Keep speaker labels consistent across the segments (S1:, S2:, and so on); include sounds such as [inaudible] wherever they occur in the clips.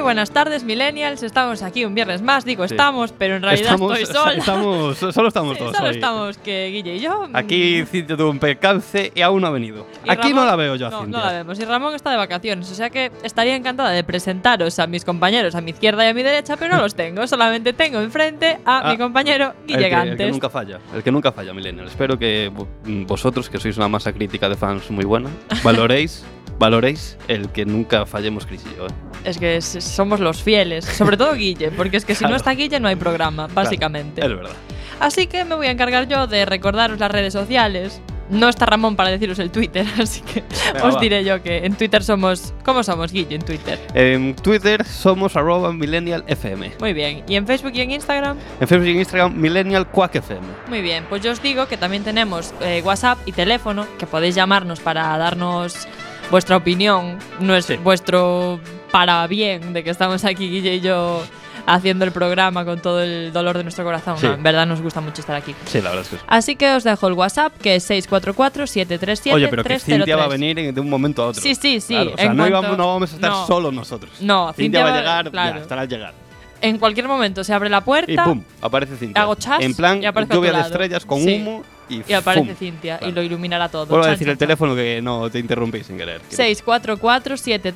S1: buenas tardes, Millennials. Estamos aquí un viernes más. Digo,
S2: Sí.
S1: estamos, pero en realidad
S2: estamos, [laughs]
S1: estoy sola. [laughs]
S2: estamos- solo estamos
S1: Sí,
S2: todos.
S1: solo
S2: hoy.
S1: estamos que Guille y yo. mm,
S2: Aquí Cintia tuvo un percance y aún no ha venido.
S1: y
S2: Aquí no
S1: Ramón-
S2: la veo yo, a
S1: No,
S2: Cintia.
S1: no la vemos. Y Ramón está de vacaciones, o sea que estaría encantada de presentaros a mis compañeros a mi izquierda y a mi derecha, pero
S2: [laughs]
S1: no los tengo. Solamente tengo enfrente a
S2: Ah,
S1: mi compañero
S2: el,
S1: Guille
S2: que, el que
S1: Gantes.
S2: nunca falla, el que nunca falla, Millennial. Espero que vo- mm, vosotros, que sois una masa crítica de fans
S1: [laughs]
S2: muy buena, valoréis, valoréis el que nunca fallemos Chris y yo. ¿eh?
S1: Es que s- somos los fieles, sobre todo Guille, porque es que si no
S2: Claro.
S1: está Guille no hay programa, básicamente.
S2: Es verdad.
S1: Así que me voy a encargar yo de recordaros las redes sociales. No está Ramón para deciros el Twitter, [laughs] así que
S2: Venga,
S1: os
S2: va.
S1: diré yo que en Twitter somos. ¿Cómo somos, Guille, en Twitter?
S2: En Twitter somos arroba millennialfm.
S1: Muy bien. ¿Y en Facebook y en Instagram?
S2: En Facebook y en Instagram millennialquackfm.
S1: Muy bien. Pues yo os digo que también tenemos eh, WhatsApp y teléfono, que podéis llamarnos para darnos vuestra opinión, nues-
S2: Sí.
S1: vuestro para bien de que estamos aquí, Guille y yo, haciendo el programa con todo el dolor de nuestro corazón.
S2: Sí.
S1: No, en verdad nos gusta mucho estar aquí.
S2: Sí, la verdad es que sí.
S1: Así que os dejo el WhatsApp, que es 644-737-303.
S2: Oye, pero que Cintia va a venir en- de un momento a otro.
S1: Sí, sí, sí.
S2: Claro, o sea,
S1: en
S2: no,
S1: cuanto-
S2: íbamos- no vamos a estar
S1: no.
S2: solos nosotros.
S1: No, Cintia
S2: Cintia va
S1: va-
S2: a llegar,
S1: claro.
S2: ya, estará al llegar.
S1: En cualquier momento se abre la puerta
S2: Y pum, aparece Cintia.
S1: Hago chas
S2: en plan,
S1: y aparezco a tu
S2: lluvia de
S1: lado.
S2: estrellas con
S1: Sí.
S2: humo y,
S1: y aparece
S2: pum.
S1: Cintia y
S2: Claro.
S1: lo iluminará todo.
S2: Vuelvo a
S1: Chan,
S2: decir
S1: chan,
S2: el
S1: chan.
S2: teléfono que no te interrumpí sin querer.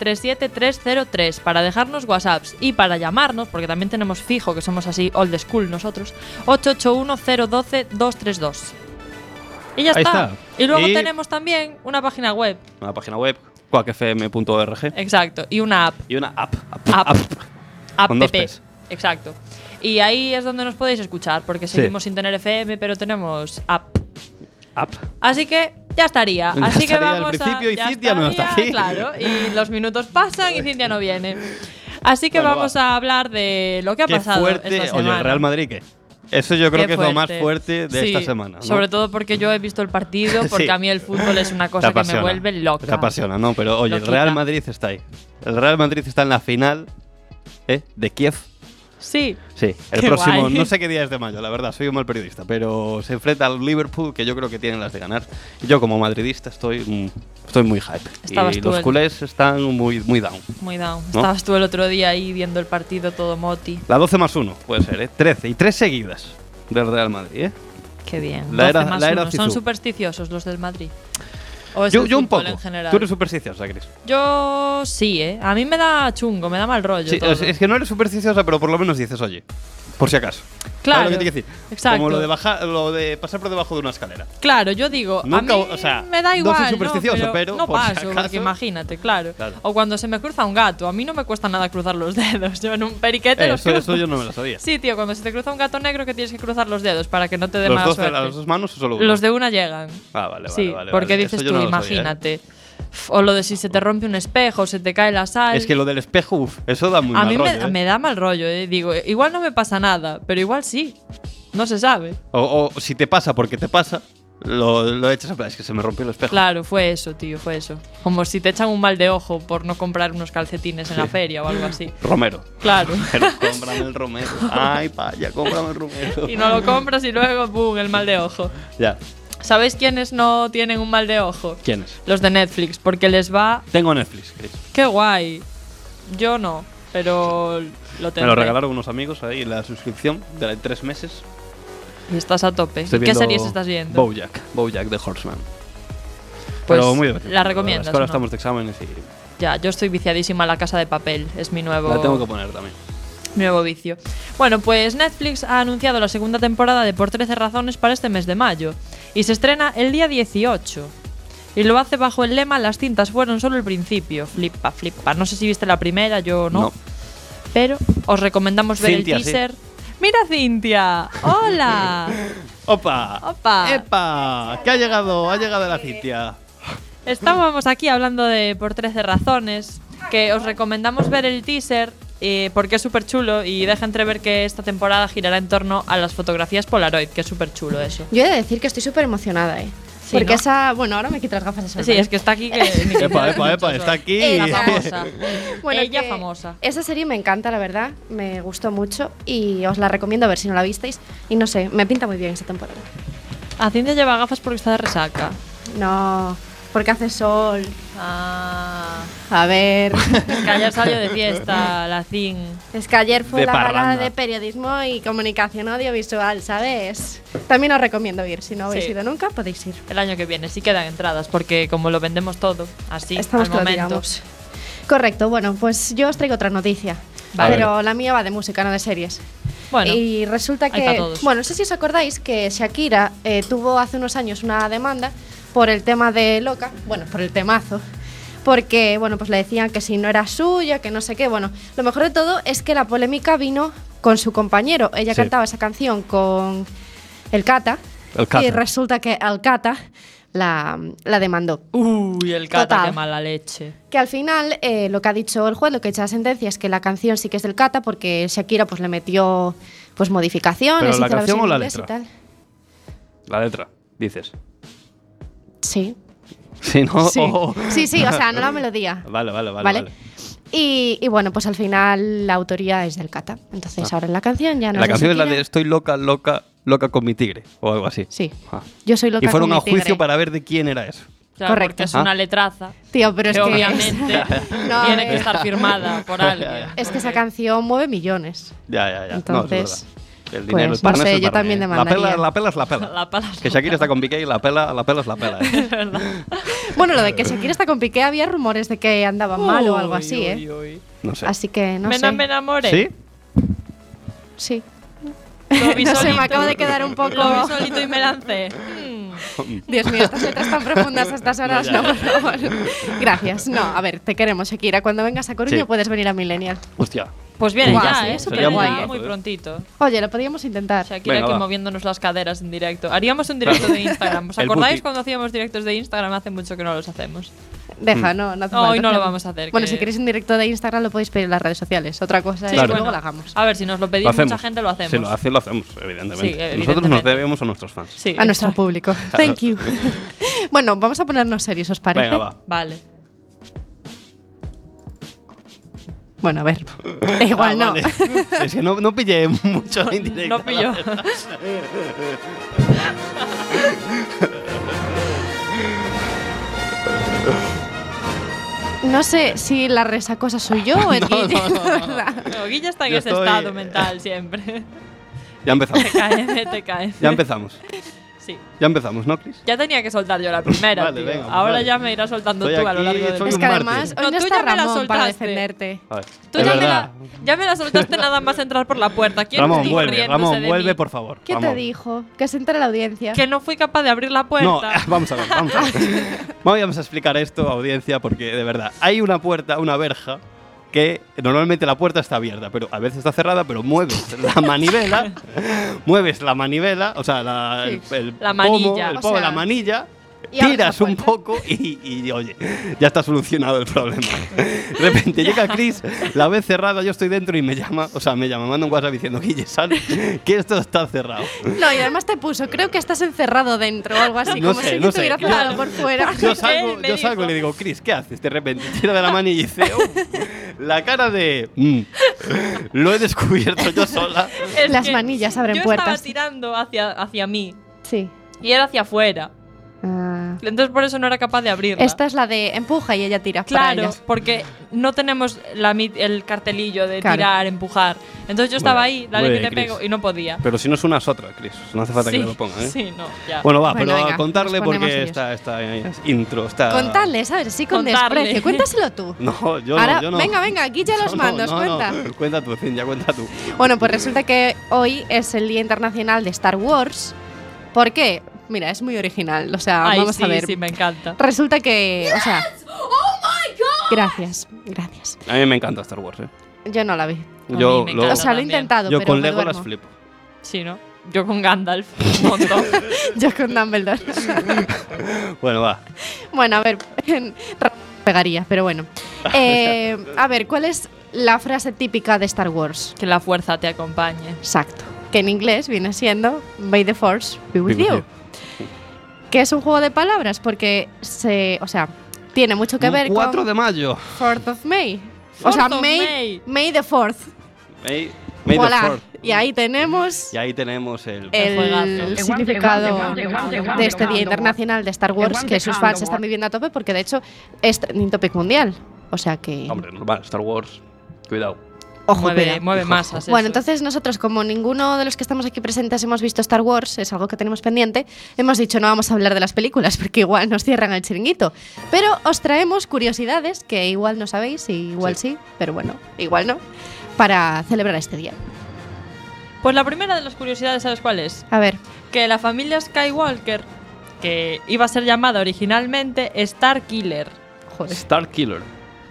S1: 644-737-303 para dejarnos WhatsApps y para llamarnos, porque también tenemos fijo que somos así old school nosotros, 881-012-232. Y ya
S2: Ahí
S1: está.
S2: está.
S1: Y luego
S2: Y-
S1: tenemos también una página web,
S2: Una página web, cuacfm.org
S1: exacto, y una app,
S2: y una app. app,
S1: App. app,
S2: Con dos Ps.
S1: exacto. Y ahí es donde nos podéis escuchar, porque
S2: Sí.
S1: seguimos sin tener FM, pero tenemos app.
S2: app.
S1: Así que ya estaría.
S2: Ya
S1: Así que
S2: estaría al
S1: vamos
S2: principio
S1: a,
S2: y
S1: ya
S2: Cintia no está
S1: estaría,
S2: aquí.
S1: Claro, y los minutos pasan y Cintia no viene. Así que
S2: Bueno,
S1: vamos a hablar de lo que ha
S2: Qué
S1: pasado
S2: fuerte.
S1: esta
S2: Oye,
S1: semana.
S2: el Real Madrid, ¿qué? Eso yo creo
S1: Qué
S2: que es lo más
S1: fuerte.
S2: fuerte de esta
S1: Sí,
S2: semana. ¿no?
S1: Sobre todo porque yo he visto el partido, porque
S2: [laughs] Sí.
S1: a mí el fútbol es una cosa
S2: Te
S1: que me
S2: apasiona,
S1: vuelve loca.
S2: Te apasiona, ¿no? Pero oye, el
S1: Loquita.
S2: Real Madrid está ahí. El Real Madrid está en la final ¿eh? de Kiev.
S1: Sí,
S2: Sí, el
S1: Qué
S2: próximo,
S1: guay.
S2: no sé qué día es de mayo, la verdad, soy un mal periodista, pero se enfrenta al Liverpool, que yo creo que tienen las de ganar. Y Yo como madridista estoy, mm, estoy muy hype.
S1: Estabas
S2: y
S1: tú
S2: los
S1: el-
S2: culés están muy, muy down.
S1: muy down.
S2: ¿No?
S1: Estabas tú el otro día ahí viendo el partido todo moti.
S2: La 12 más 1, puede ser, ¿eh? 13 y 3 seguidas del Real Madrid, ¿eh?
S1: Qué bien.
S2: La era-
S1: 12 más
S2: la era
S1: uno. ¿Son
S2: Cizú.
S1: supersticiosos los del Madrid? ¿O es
S2: Yo,
S1: Pues el
S2: yo un
S1: fútbol
S2: poco.
S1: en general?
S2: Tú eres supersticiosa, Cris.
S1: Yo sí, ¿eh? A mí me da chungo, me da mal rollo.
S2: Sí,
S1: todo.
S2: es, es que no eres supersticiosa, pero por lo menos dices, oye, por si acaso. ¿Sabes
S1: Claro,
S2: lo que te quiero decir?
S1: exacto.
S2: Como lo de, bajar, lo de pasar por debajo de una escalera.
S1: Claro, yo digo,
S2: Nunca,
S1: a mí
S2: o sea,
S1: me da
S2: no soy
S1: igual,
S2: supersticioso,
S1: no,
S2: pero
S1: no
S2: por si
S1: paso,
S2: acaso-
S1: porque imagínate, claro.
S2: Claro.
S1: O cuando se me cruza un gato, a mí no me cuesta nada cruzar los dedos, [laughs] yo en un periquete
S2: Eh,
S1: los
S2: eso,
S1: cruzo.
S2: eso yo no me lo sabía.
S1: Sí, tío, cuando se te cruza un gato negro que tienes que cruzar los dedos para que no te dé
S2: ¿Los
S1: mala
S2: dos de
S1: suerte.
S2: las dos manos o solo uno?
S1: Los de una llegan.
S2: Ah, vale, vale,
S1: sí,
S2: vale,
S1: porque
S2: vale.
S1: dices
S2: Eso
S1: tú,
S2: yo no lo sabía, ¿eh?
S1: imagínate. O lo de si se te rompe un espejo, se te cae la sal.
S2: ¿eh? Es que lo del espejo, uf, eso da muy
S1: a
S2: mal
S1: mí me,
S2: rollo, ¿eh?
S1: me da mal rollo, eh. digo, igual no me pasa nada, pero igual sí. No se sabe.
S2: O, o si te pasa porque te pasa, lo, lo echas a plan. Es que se me rompió el espejo.
S1: Claro, fue eso, tío, fue eso. Como si te echan un mal de ojo por no comprar unos calcetines en la feria o algo así. [laughs]
S2: Romero.
S1: Claro.
S2: Pero cómprame el romero. Ay, paya, cómprame el romero.
S1: Y no lo compras y luego, ¡boom!, el mal de ojo.
S2: Ya,
S1: ¿Sabéis quiénes no tienen un mal de ojo?
S2: ¿quién es?
S1: Los de Netflix, porque les va...
S2: Tengo Netflix, Chris.
S1: ¡Qué guay! Yo no, pero lo
S2: Me
S1: tendré.
S2: lo regalaron unos amigos ahí, la suscripción de la- tres meses.
S1: Y estás a tope.
S2: Estoy
S1: ¿Y ¿Qué
S2: viendo
S1: series estás viendo?
S2: Bojack, Bojack de Horseman.
S1: Pues
S2: Pero muy divertido.
S1: la
S2: Es
S1: recomiendas.
S2: que ahora
S1: o no?
S2: estamos de exámenes y
S1: Ya, yo estoy viciadísima a la casa de papel. Es mi nuevo...
S2: la tengo que poner también.
S1: Nuevo vicio. Bueno, pues Netflix ha anunciado la segunda temporada de Por 13 Razones para este mes de mayo y se estrena el día 18. Y lo hace bajo el lema Las cintas fueron solo el principio. Flipa, flipa. No sé si viste la primera, yo no.
S2: No.
S1: Pero os recomendamos ver
S2: Cintia,
S1: el
S2: sí.
S1: teaser. ¡Mira, Cintia! ¡Hola!
S2: [laughs] ¡Opa!
S1: Opa.
S2: Eh, ¡Epa! ¡Que ha llegado! ¡Ha llegado la Cintia!
S1: Estábamos aquí hablando de Por 13 Razones, que os recomendamos ver el teaser eh, porque es súper chulo y deja entrever que esta temporada girará en torno a las fotografías Polaroid, que es súper chulo eso.
S3: Yo he de decir que estoy súper emocionada, ¿eh?
S1: Sí, ¿no?
S3: Porque esa. Bueno, ahora me quito las gafas de sol.
S1: Sí,
S3: ¿vale?
S1: es que está aquí que... [laughs] ni que
S2: ¡Epa,
S1: fuera
S2: epa, epa!
S1: mucho
S2: ¡Está
S1: sol.
S2: aquí!
S3: Eh,
S1: La [laughs] famosa. Ella
S3: que
S1: famosa.
S3: Esa serie me encanta, la verdad. Me gustó mucho y os la recomiendo a ver si no la visteis. Y no sé, me pinta muy bien esa temporada.
S1: A Cintia lleva gafas porque está de resaca.
S3: No, porque hace sol.
S1: Ah, [laughs]
S3: A ver.
S1: Es que ayer salió de fiesta [laughs] la CIN.
S3: Es que ayer fue
S2: De
S3: la gala
S2: parranda.
S3: de periodismo y comunicación audiovisual, ¿sabes? También os recomiendo ir. Si no habéis
S1: Sí.
S3: ido nunca, podéis ir.
S1: El año que viene sí quedan entradas porque como lo vendemos todo, así,
S3: Estamos
S1: al
S3: que lo
S1: momento.
S3: tiramos. Correcto, bueno, pues yo os traigo otra noticia.
S1: Vale.
S3: Pero la mía va de música, no de series.
S1: Bueno,
S3: y resulta
S1: hay pa'
S3: que,
S1: todos.
S3: bueno, no sé si os acordáis que Shakira eh, tuvo hace unos años una demanda por el tema de Loca, bueno, por el temazo, porque, bueno, pues le decían que si no era suya, que no sé qué, bueno, lo mejor de todo es que la polémica vino con su compañero, ella
S2: Sí.
S3: cantaba esa canción con el Cata,
S2: El Cata.
S3: y resulta que el Cata la, la demandó.
S1: uy, el cata,
S3: Total.
S1: qué mala leche.
S3: Que al final eh, lo que ha dicho el juez, lo que echa la sentencia es que la canción sí que es del Cata porque Shakira pues le metió pues modificaciones.
S2: ¿Pero la
S3: hizo
S2: canción
S3: versión
S2: o la
S3: en inglés y
S2: letra?
S3: tal.
S2: La letra, dices.
S3: Sí.
S2: [laughs] Sí, ¿no?
S3: Sí.
S2: Oh.
S3: sí, sí, o sea, no
S2: [laughs]
S3: la melodía.
S2: Vale, vale, vale.
S3: Vale.
S2: vale.
S3: Y, y bueno, pues al final la autoría es del Cata. Entonces ahora en la canción ya no
S2: Ah. la
S3: es de
S2: canción es la de
S3: Shakira.
S2: Estoy loca, loca, loca con mi tigre o algo así.
S3: Sí.
S2: Ah.
S3: Yo soy loca
S2: Y fueron
S3: con
S2: a
S3: mi tigre.
S2: juicio para ver de quién era eso.
S1: Claro,
S3: Correcto.
S1: porque es
S2: Ah.
S1: una letraza
S3: Tío, pero es
S1: que
S3: que...
S1: obviamente
S3: [laughs]
S1: [laughs]
S3: No,
S1: tiene
S3: eh.
S1: que estar firmada
S3: [laughs]
S1: por alguien.
S3: Es que esa
S1: porque-
S3: canción mueve millones.
S2: Ya, ya, ya.
S3: Entonces,
S2: no, es verdad. el dinero,
S3: pues,
S2: el pan
S3: no
S2: es
S3: sé,
S2: el
S3: yo
S2: pan,
S3: también
S2: eh.
S3: demandaría.
S2: La pela, la pela es la
S3: [laughs]
S2: pela.
S1: La pela es
S2: que
S1: la
S2: Shakira
S1: pela.
S2: está con Piqué y la pela, la pela es la pela. eh.
S3: Bueno, lo de que Shakira está con Piqué había rumores de que andaba mal o algo
S1: Uy,
S3: así,
S1: uy,
S3: ¿eh?
S1: uy.
S2: No sé.
S3: Así que no
S1: me,
S3: sé.
S1: na- me enamoré.
S2: ¿Sí?
S3: Sí.
S1: Lo vi
S3: [laughs] No sé,
S1: solito.
S3: me acabo de quedar un poco.
S1: Lo vi solito y me lancé. Mm.
S3: [laughs] Dios mío, estas letras tan profundas a estas horas, no, por favor. Gracias. No, a ver, te queremos, Shakira. Cuando vengas a Coruña
S2: Sí.
S3: puedes venir a Millennial.
S2: Hostia.
S1: Pues viene
S3: Guau,
S1: ya,
S3: sí,
S1: ¿eh?
S3: sería
S1: Superman,
S3: guay,
S1: muy
S2: ¿eh?
S1: prontito.
S3: Oye, lo podríamos intentar.
S1: Shakira
S2: Venga,
S1: aquí
S2: va.
S1: moviéndonos las caderas en directo. Haríamos un directo de Instagram. ¿Os
S2: El
S1: acordáis
S2: booty.
S1: cuando hacíamos directos de Instagram? Hace mucho que no los hacemos.
S2: Mm.
S3: Deja, no, no hace
S1: No, hoy no
S3: falta
S1: lo
S3: hacerlo.
S1: vamos a hacer,
S3: Bueno,
S1: que-
S3: si queréis un directo de Instagram lo podéis pedir en las redes sociales. Otra cosa es
S2: Claro.
S3: que luego
S1: bueno,
S3: la hagamos.
S1: A ver, si nos lo pedís
S2: Lo hacemos.
S1: mucha gente, lo hacemos.
S2: Si lo hace, lo hacemos, evidentemente.
S1: Sí, evidentemente.
S2: Nosotros nos debemos a nuestros fans.
S1: Sí,
S3: A nuestro público. Thank you. [laughs] bueno, vamos a ponernos serios, ¿os parece?
S2: Venga,
S1: [laughs]
S2: va.
S1: Vale.
S3: [laughs] Bueno, a ver. Igual
S2: Ah,
S3: no.
S2: vale. es que no, no pillé mucho en
S1: [laughs]
S2: directo.
S1: No
S3: [laughs]
S1: pillo.
S3: No sé si la resacosa soy yo
S2: [laughs]
S3: o el Guille, la [laughs] verdad.
S1: No, Guilla está en
S2: Yo
S1: ese
S2: estoy-
S1: estado mental
S2: [laughs]
S1: siempre.
S2: Ya empezamos.
S1: Cáeme, te cae.
S2: Ya empezamos.
S1: Sí.
S2: Ya empezamos, ¿no, Chris?
S1: Ya tenía que soltar yo la primera,
S2: Vale,
S1: tío.
S2: venga, pues
S1: Ahora
S2: vale.
S1: ya me irá soltando
S2: Estoy
S1: tú a lo
S2: aquí,
S1: largo del...
S2: soy
S3: Es
S2: un
S3: que
S2: mártir.
S3: además hoy
S1: No,
S3: no,
S1: tú
S3: está
S1: ya me la
S3: Ramón para
S1: soltaste.
S3: defenderte.
S2: A ver.
S1: Tú
S2: es
S1: ya me,
S2: verdad.
S1: la, ya me la soltaste nada más entrar por la puerta. ¿Quién
S2: Ramón,
S1: estuvo
S2: vuelve,
S1: riéndose de
S2: Ramón,
S1: mí?
S2: vuelve, por favor.
S3: ¿Qué te
S2: Ramón.
S3: dijo? Que se entere la audiencia.
S1: Que no fui capaz de abrir la puerta.
S2: No, [laughs] vamos a ver, vamos a
S3: [laughs]
S2: ver. Vamos a explicar esto, audiencia, porque de verdad, hay una puerta, una verja, que normalmente la puerta está abierta, pero a veces está cerrada, pero mueves la
S3: [laughs]
S2: manivela, mueves la manivela, o sea, la, el-
S3: Sí,
S2: el,
S1: la
S2: pomo,
S1: manilla.
S2: el
S3: O
S2: pomo,
S3: sea,
S2: la manilla.
S3: y abres
S2: Tiras
S3: la
S2: un
S3: puerta.
S2: poco y, y, oye, ya está solucionado el
S3: [laughs]
S2: problema. De repente llega Chris, la ve cerrada, yo estoy dentro y me llama, o sea, me llama, me manda un WhatsApp diciendo, Guille, sal, que esto está cerrado.
S3: No, y además te puso, creo que estás encerrado dentro o algo así,
S2: No
S3: como
S2: sé,
S3: si
S2: no
S3: te hubiera
S2: sé.
S3: cerrado por fuera.
S2: [laughs]
S3: [laughs]
S2: Yo salgo,
S1: Él me
S2: yo salgo y
S1: dijo.
S2: le digo, Chris, ¿qué haces? De repente tira de la mano y dice, "Oh". la cara de, "Mm, lo he descubierto yo sola.
S1: Es
S3: Las
S1: que
S3: manillas abren
S1: yo Yo
S3: puertas.
S1: estaba tirando hacia, hacia mí
S3: Sí.
S1: y era hacia afuera.
S3: Ah.
S1: Entonces por eso no era capaz de abrirla.
S3: Esta es la de empuja y ella tira. para
S1: claro,
S3: ellas.
S1: porque no tenemos la mit- el cartelillo de
S3: Claro.
S1: tirar, empujar. Entonces yo estaba
S2: Muy
S1: ahí,
S2: bien,
S1: dale
S2: muy
S1: que
S2: bien,
S1: te
S2: Cris.
S1: pego y no podía.
S2: Pero si no es una es otra, Chris. No hace falta
S1: sí,
S2: que lo ponga, ¿eh?
S1: sí, no, ya.
S2: Bueno, va,
S3: Bueno,
S2: pero
S3: venga,
S2: contarle
S3: nos ponemos
S2: porque
S3: serios.
S2: esta, esta eh, intro está...
S3: Contadle, ¿sabes? Así con
S1: Contadle.
S3: desprecio. Cuéntaselo [laughs] tú.
S2: No, yo
S3: Ahora,
S2: no, yo no.
S3: venga, venga, aquí ya
S2: Yo [laughs]
S3: los
S2: no,
S3: mandos,
S2: no, no.
S3: cuenta.
S2: Cuenta tú, Cintia, cuenta tú.
S3: Bueno, pues resulta que hoy es el Día Internacional de Star Wars. ¿Por qué? Mira, es muy original. O sea,
S1: Ay,
S3: vamos
S1: sí,
S3: a ver. Oh
S1: sí, me
S3: [laughs]
S1: encanta.
S3: Resulta que, o sea, gracias, gracias.
S2: A mí me encanta Star Wars, ¿eh?
S3: Yo no la vi.
S1: A
S2: Yo,
S1: mí me
S2: lo-
S1: encanta.
S3: O sea, lo he
S1: también.
S3: intentado,
S2: yo
S3: pero
S2: con
S3: me
S2: Lego las
S3: duermo.
S2: flipo.
S1: Sí, ¿no? Yo con Gandalf,
S2: [laughs]
S1: un montón.
S3: [laughs] Yo con Dumbledore.
S2: Bueno, va.
S3: bueno, a ver, Ra- pegaría, pero
S2: [laughs]
S3: bueno. Eh, a ver, ¿cuál es la frase típica de Star Wars?
S1: que la fuerza te acompañe.
S3: Exacto. Que en inglés viene siendo May the Force be with
S2: Be with
S3: you.
S2: you.
S3: Que es un juego de palabras porque se, o sea, tiene mucho que
S2: Un
S3: ver
S2: 4
S3: con
S2: de mayo.
S3: 4th of May. o
S1: Fourth
S3: sea,
S1: of
S3: May,
S1: May.
S3: May the 4th.
S2: May, May the
S3: Hola.
S2: fourth.
S3: Y ahí tenemos
S2: Y ahí tenemos el...
S1: Eh.
S3: el
S1: juegazo.
S3: significado de este Día Internacional de Star Wars que sus fans están viviendo a tope porque de hecho es trending topic mundial. O sea que.
S2: Hombre, normal, Star Wars. Cuidado.
S3: ojo,
S1: mueve,
S3: cuidado.
S1: mueve
S2: Ojo.
S1: masas.
S3: Bueno,
S1: eso.
S3: entonces nosotros, como ninguno de los que estamos aquí presentes hemos visto Star Wars, es algo que tenemos pendiente, hemos dicho no vamos a hablar de las películas [laughs] porque igual nos cierran el chiringuito. Pero os traemos curiosidades que igual no sabéis, y igual sí. pero bueno, igual no, para celebrar este día.
S1: Pues la primera de las curiosidades, ¿sabes cuál es?
S3: A ver,
S1: Que la familia Skywalker, que iba a ser llamada originalmente Starkiller.
S3: joder.
S2: Star Killer.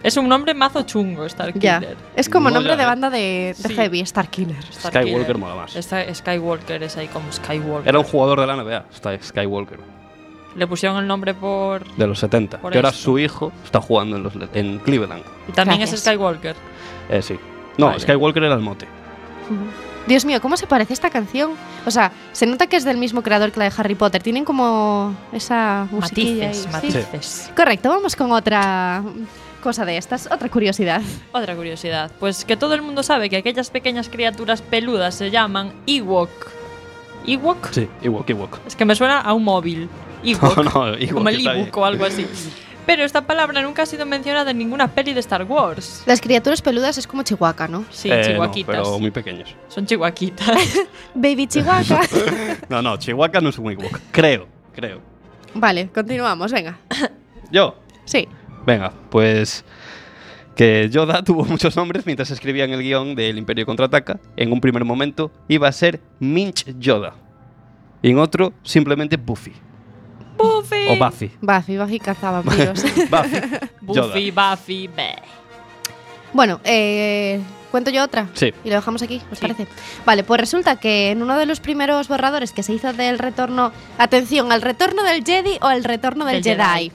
S1: Es un nombre mazo chungo,
S3: Ya.
S1: Starkiller.
S3: Es como
S2: Mola,
S3: nombre de
S2: eh.
S3: banda de, de
S1: Sí.
S3: heavy, Starkiller.
S1: Starkiller.
S2: Skywalker mola más.
S1: Esta- Skywalker es ahí como Skywalker.
S2: Era un jugador de la NBA, Sky- Skywalker,
S1: Le pusieron el nombre por...
S2: de los 70.
S1: Por
S2: que ahora
S1: esto.
S2: su hijo está jugando en, los, en Cleveland.
S1: Y también es
S3: Gracias.
S1: Skywalker.
S2: Eh, sí. No,
S1: Vale.
S2: Skywalker era el mote.
S3: Dios mío, ¿cómo se parece esta canción? O sea, se nota que es del mismo creador que la de Harry Potter. Tienen como esa musiquilla
S1: Matices,
S3: ahí. Sí.
S1: matices.
S3: Correcto, vamos con otra cosa de estas, otra curiosidad.
S1: Otra curiosidad. Pues que todo el mundo sabe que aquellas pequeñas criaturas peludas se llaman Ewok. ¿Ewok?
S2: Sí, Ewok, Ewok.
S1: Es que me suena a un móvil. Ewok.
S2: [laughs] No, no, Ewok
S1: como el
S2: está
S1: ebook
S2: bien.
S1: o algo así. Pero esta palabra nunca ha sido mencionada en ninguna peli de Star Wars.
S3: Las criaturas peludas es como Chihuahua, ¿no?
S1: Sí,
S2: Eh, no,
S1: chihuaquitas.
S2: pero muy pequeños.
S1: Son chihuaquitas.
S3: Baby Chihuahua.
S2: No, no, Chihuahua no es un Ewok. Creo, creo.
S3: [laughs] vale, continuamos, venga.
S2: Yo,
S3: Sí.
S2: Venga, pues que Yoda [laughs] tuvo muchos nombres mientras escribían el guión del Imperio Contraataca. En un primer momento iba a ser Minch Yoda. Y en otro, simplemente Buffy.
S1: Buffy.
S2: O [laughs]
S1: [laughs]
S2: Buffy.
S3: Buffy, Buffy cazaba vampiros.
S2: Buffy. Yoda.
S1: Buffy, Buffy, bleh.
S3: bueno, eh, cuento yo otra.
S2: Sí.
S3: Y lo dejamos aquí, ¿os
S1: Sí.
S3: parece? Vale, pues resulta que en uno de los primeros borradores que se hizo del retorno, atención, al retorno del Jedi o al retorno del,
S1: Del
S3: Jedi.
S1: Jedi.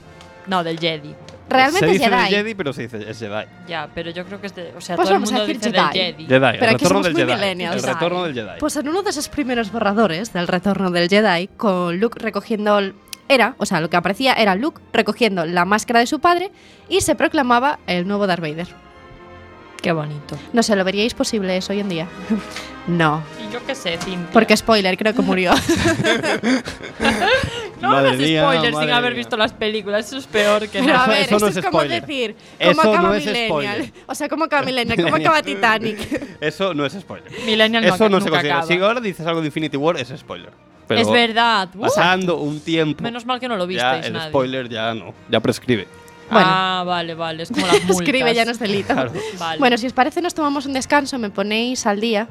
S1: No, del Jedi.
S3: Realmente
S2: se
S3: es
S2: dice
S3: Jedi.
S2: Jedi, pero se dice es Jedi.
S1: Ya, pero yo creo que es de. O sea,
S3: Pues
S1: todo el
S3: vamos a
S1: mundo
S3: decir
S1: dice
S3: Jedi.
S1: del Jedi.
S2: Jedi,
S3: Pero
S2: el
S3: aquí
S2: retorno
S3: somos
S2: del
S3: muy
S2: Jedi.
S3: millennials.
S2: El retorno del Jedi.
S3: Pues en uno de esos primeros borradores del retorno del Jedi, con Luke recogiendo el- era, o sea, lo que aparecía era Luke recogiendo la máscara de su padre y se proclamaba el nuevo Darth Vader.
S1: Qué bonito.
S3: No sé, ¿lo veríais posible eso hoy en día? [laughs] no.
S1: Y yo qué sé, Cintia.
S3: Porque spoiler, creo que murió.
S1: no
S2: Madre
S1: hagas
S2: mía,
S1: spoilers sin
S2: madre
S1: haber
S2: mía.
S1: visto las películas. Eso es peor
S3: [laughs]
S1: que
S3: Pero
S1: nada.
S3: a ver,
S2: eso
S3: esto
S2: no
S3: es,
S2: es
S3: como
S2: spoiler.
S3: decir, ¿cómo
S2: Eso
S3: acaba
S2: no es
S3: Millennial?
S2: spoiler.
S3: O sea, ¿cómo acaba Millennial?
S2: [laughs]
S3: ¿Cómo acaba Titanic?
S2: Eso no es spoiler.
S1: Millennial [laughs] no-
S2: Eso no, se
S1: nunca
S2: considera.
S1: acaba.
S2: Si ahora dices algo de Infinity War, es spoiler. Pero
S1: es verdad. Uh,
S2: Pasando un tiempo.
S1: menos mal que no lo
S2: ya
S1: visteis
S2: el
S1: nadie.
S2: spoiler ya no. Ya prescribe.
S3: Bueno.
S1: Ah, vale, vale. Es como las multas.
S3: [laughs] Escribe, ya no es delito.
S2: Claro.
S1: Vale.
S3: Bueno, si os parece, nos tomamos un descanso, me ponéis al día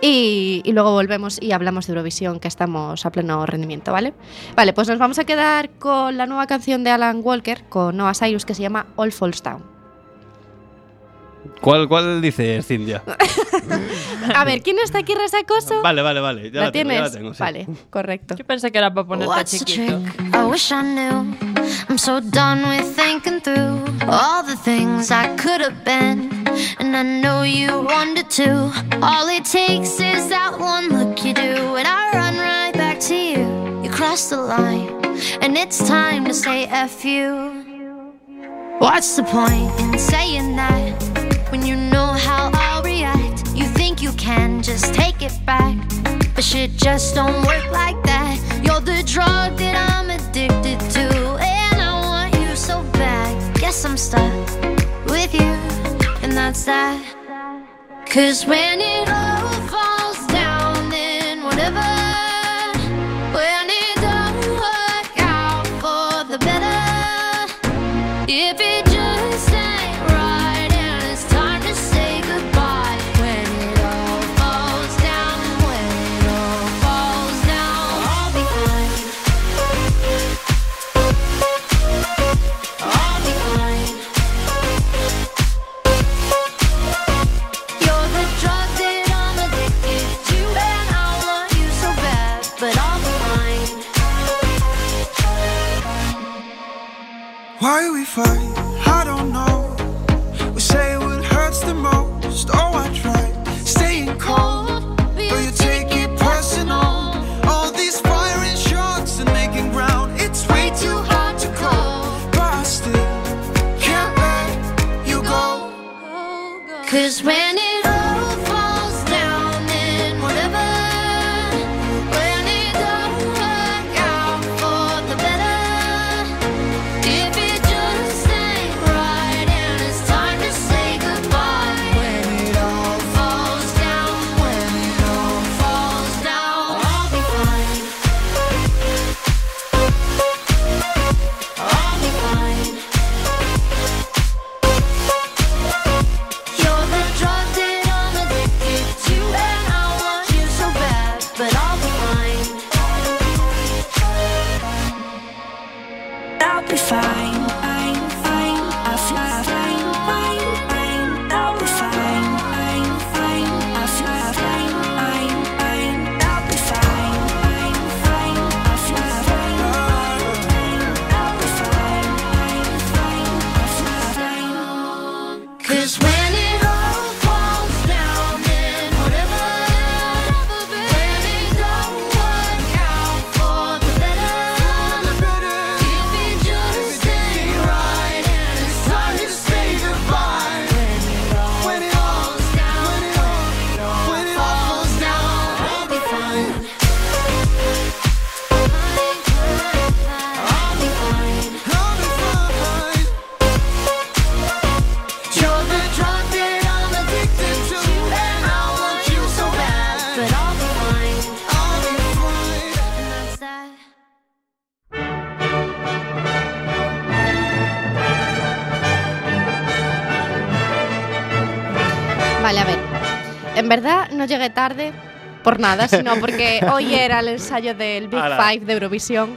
S3: y, y luego volvemos y hablamos de Eurovisión, que estamos a pleno rendimiento, ¿vale? Vale, pues nos vamos a quedar con la nueva canción de Alan Walker, con Noah Cyrus, que se llama All Falls Down.
S2: ¿Cuál, cuál dices, Cintia?
S3: Ah, A ver, ¿quién está aquí resacoso?
S2: Vale, vale, vale. Ya
S3: ¿La,
S2: la, tengo,
S3: tienes?
S2: ya la tengo, sí.
S3: Vale, correcto.
S1: Yo pensé que era para ponerte
S4: What's the
S1: chiquito.
S4: trick? I wish I knew. I'm so done with thinking through all the things I could have been. And I know you wanted to. All it takes is that one look you do, and I run right back to you. You cross the line, and it's time to say F you. What's the point in saying that when you know how I'll react? You think you can just take it back, but shit just don't work like that. You're the drug that I'm addicted to, and I want you so bad. Guess I'm stuck with you, and that's that. Cause when it all falls down, then whatever. When it don't work out for the better. If it just ain't right and it's time to say goodbye when it all falls down, when it all falls down, all behind, all behind. You're the drug that I'm addicted to and I want you so bad, but all behind.
S5: Why we fight, I don't know. We say what hurts the most. Oh, I try staying cold, but you take it personal. All these firing shots and making ground, it's way too hard to call. But I still can't let you go.
S4: Cause when it all falls down, then whatever. When it don't work out for the better. If it just ain't right and it's time. I'll be fine. Fine, fine, I feel fine, fine, fine, I'll be fine. Fine, fine, I feel fine, fine, fine, I'll be fine. Fine, fine, I feel fine, fine, fine, I'll be fine. Fine, fine, I feel fine.
S5: Cause when it all falls down and whatever, when it don't work out for the better, if it just ain't right and it's time to say goodbye. When it all falls down, when it all, when it all falls down, I'll be fine. I'll be fine. I'll be fine. You're the drug that I'm addicted to, and I want you so bad. But I'll be fine. I'll be fine.
S6: That's that.
S3: Vale, a ver. En verdad no llegué tarde por
S1: [laughs]
S3: nada, sino porque hoy era el ensayo del Big
S2: Ala.
S3: Five de Eurovisión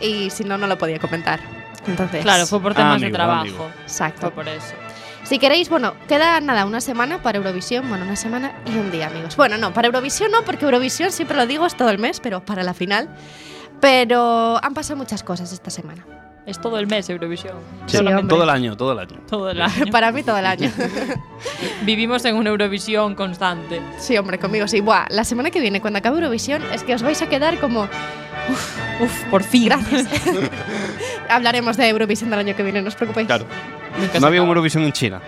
S3: y si no, no lo podía comentar. Entonces,
S1: Claro, fue por temas de
S2: Ah, Amigo,
S1: trabajo.
S2: amigo.
S1: Fue
S3: exacto.
S1: por eso.
S3: Si queréis, bueno, queda nada, una semana para Eurovisión, bueno, una semana y un día, amigos. Bueno, no, para Eurovisión no, porque Eurovisión siempre lo digo, es todo el mes, pero para la final. Pero han pasado muchas cosas esta semana. [laughs]
S1: Es todo el mes Eurovisión.
S2: Sí,
S3: hombre.
S2: todo el año, todo el año.
S1: Todo el año.
S3: Para mí todo el año.
S1: [laughs]
S3: [laughs]
S1: Vivimos en una Eurovisión constante.
S3: Sí, hombre, conmigo sí. Buah, la semana que viene, cuando acabe Eurovisión, es que os vais a quedar como,
S1: Uf, por fin.
S3: [laughs] gracias. Hablaremos de Eurovisión del año que viene, no os preocupéis.
S2: Claro.
S1: Nunca se
S2: No había un
S1: acaba.
S2: Eurovisión en China.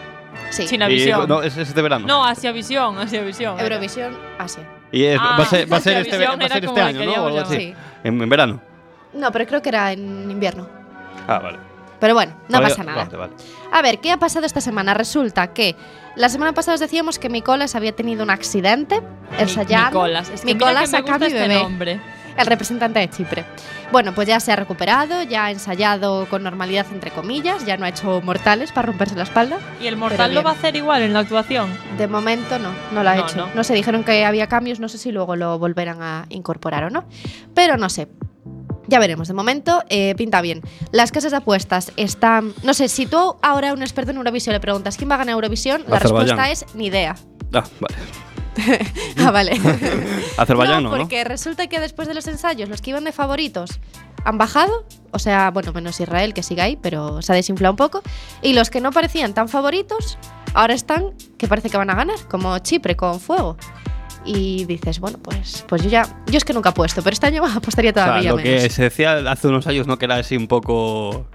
S3: Sí.
S1: Chinavisión.
S2: Y- no, es, es este verano.
S1: No, Asiavisión, Asiavisión. era.
S3: Eurovisión, Asia.
S2: Y es-
S1: Ah,
S2: va a ser, va a ser
S1: la
S2: este, ver- va a
S1: televisión
S2: ser
S1: era
S2: este
S1: como la
S2: año,
S1: que
S2: ¿no? O algo
S1: llevamos
S2: así.
S3: Sí.
S2: En, en verano.
S3: No, pero creo que era en invierno.
S2: Ah, vale.
S3: Pero bueno, no
S2: Vale,
S3: pasa nada.
S2: Vale, vale.
S3: A ver, ¿qué ha pasado esta semana? Resulta que la semana pasada os decíamos que Micolas había tenido un accidente ensayando.
S1: Nicolas. Es que
S3: Nicolas
S1: mira que me gusta
S3: acá mi
S1: este
S3: bebé.
S1: nombre.
S3: el representante de Chipre. Bueno, pues ya se ha recuperado, ya ha ensayado con normalidad, entre comillas, ya no ha hecho mortales para romperse la espalda.
S1: ¿Y el mortal lo
S3: bien.
S1: va a hacer igual en la actuación?
S3: De momento no, no lo ha
S1: No,
S3: hecho.
S1: no.
S3: No. se dijeron que había cambios, no sé si luego lo volverán a incorporar o no, pero no sé. Ya veremos, de momento eh, pinta bien. Las casas de apuestas están... No sé, si tú ahora a un experto en Eurovisión le preguntas quién va a ganar Eurovisión, la
S2: Azerbaiyán.
S3: respuesta es ni idea.
S2: Ah, vale. [laughs]
S3: Ah, vale.
S2: Azerbaiyán no,
S3: no, porque resulta que después de los ensayos, los que iban de favoritos han bajado, o sea, bueno, menos Israel que sigue ahí, pero se ha desinflado un poco, y los que no parecían tan favoritos, ahora están que parece que van a ganar, como Chipre con fuego. Y dices, bueno, pues, pues yo ya, yo es que nunca apuesto, pero este año [laughs] apostaría
S2: O sea,
S3: todavía
S2: lo
S3: menos.
S2: que se decía hace unos años no que era así un poco.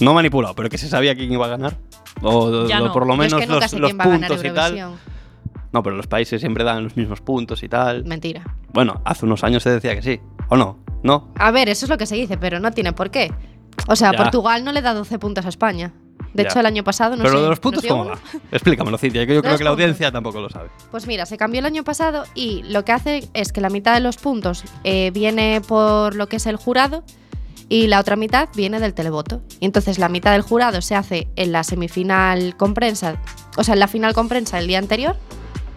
S2: No manipulado, pero que se sabía quién iba a ganar. O,
S1: Ya
S2: o
S1: no.
S2: por lo
S3: Yo es
S2: menos
S3: que nunca
S2: los,
S3: sé
S2: los
S3: quién va a ganar
S2: puntos y
S3: Eurovisión.
S2: tal. No, pero los países siempre dan los mismos puntos y tal.
S3: Mentira.
S2: Bueno, hace unos años se decía que sí. ¿O no? No.
S3: A ver, eso es lo que se dice, pero no tiene por qué. O sea,
S2: Ya.
S3: Portugal no le da 12 puntos a España. De
S2: Ya.
S3: hecho, el año pasado no
S2: pero
S3: sé,
S2: lo de los
S3: nos
S2: puntos,
S3: dio
S2: ¿cómo
S3: uno.
S2: va? Explícamelo, Cintia, que yo creo
S3: los
S2: que la
S3: puntos.
S2: audiencia tampoco lo sabe.
S3: Pues mira, se cambió el año pasado y lo que hace es que la mitad de los puntos eh, viene por lo que es el jurado y la otra mitad viene del televoto. Y entonces la mitad del jurado se hace en la semifinal con prensa, o sea, en la final con prensa el día anterior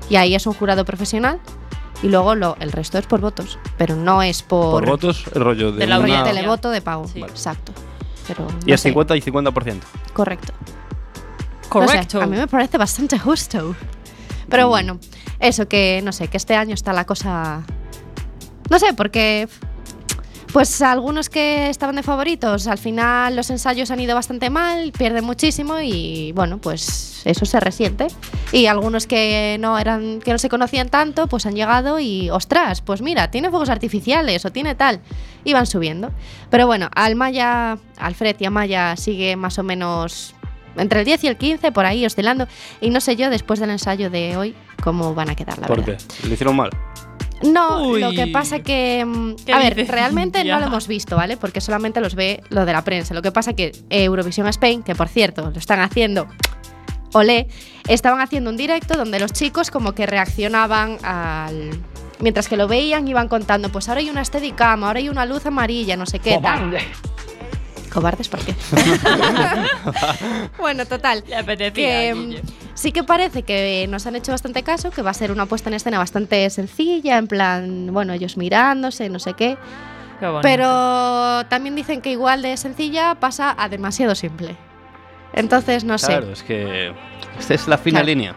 S3: y ahí es un jurado profesional y luego lo- el resto es por votos, pero no es por,
S2: Por, votos, el rollo de.
S1: de la
S3: por
S1: audiencia.
S3: televoto de pago.
S1: Sí.
S3: Exacto. Pero
S2: Y
S3: no
S2: es
S3: sé,
S2: 50 y 50%.
S3: Correcto. No sé,
S1: Correcto.
S3: a mí me parece bastante justo. Pero bueno, eso que no sé, que este año está la cosa. No sé, porque. Pues algunos que estaban de favoritos, al final los ensayos han ido bastante mal, pierden muchísimo y bueno, pues eso se resiente. Y algunos que no eran, que no se conocían tanto, pues han llegado y, ostras, pues mira, tiene fuegos artificiales o tiene tal. Y van subiendo. Pero bueno, Almaya, Alfred y Amaya sigue más o menos entre el 10 y el 15, por ahí oscilando. Y no sé yo, después del ensayo de hoy, cómo van a quedar, la
S2: ¿Por
S3: verdad.
S2: qué? ¿Lo hicieron mal?
S3: No,
S1: Uy.
S3: lo que pasa que. mm,
S1: ¿Qué
S3: A ver,
S1: dices?
S3: realmente
S1: Ya.
S3: no lo hemos visto, ¿vale? Porque solamente los ve lo de la prensa. Lo que pasa que eh, Eurovisión Spain, que por cierto lo están haciendo. Olé, estaban haciendo un directo donde los chicos como que reaccionaban al. Mientras que lo veían, iban contando, pues ahora hay una steadicam, ahora hay una luz amarilla, no sé qué. tal. ¿Cobardes por qué? [laughs] bueno, total
S1: Le apetecía.
S3: que
S1: Guille.
S3: mm, sí que parece que nos han hecho bastante caso, que va a ser una puesta en escena bastante sencilla, en plan, bueno, ellos mirándose, no sé qué.
S1: Qué bonito.
S3: Pero también dicen que igual de sencilla pasa a demasiado simple. Entonces, no
S2: claro,
S3: sé.
S2: es que esta es la fina
S3: Claro.
S2: línea.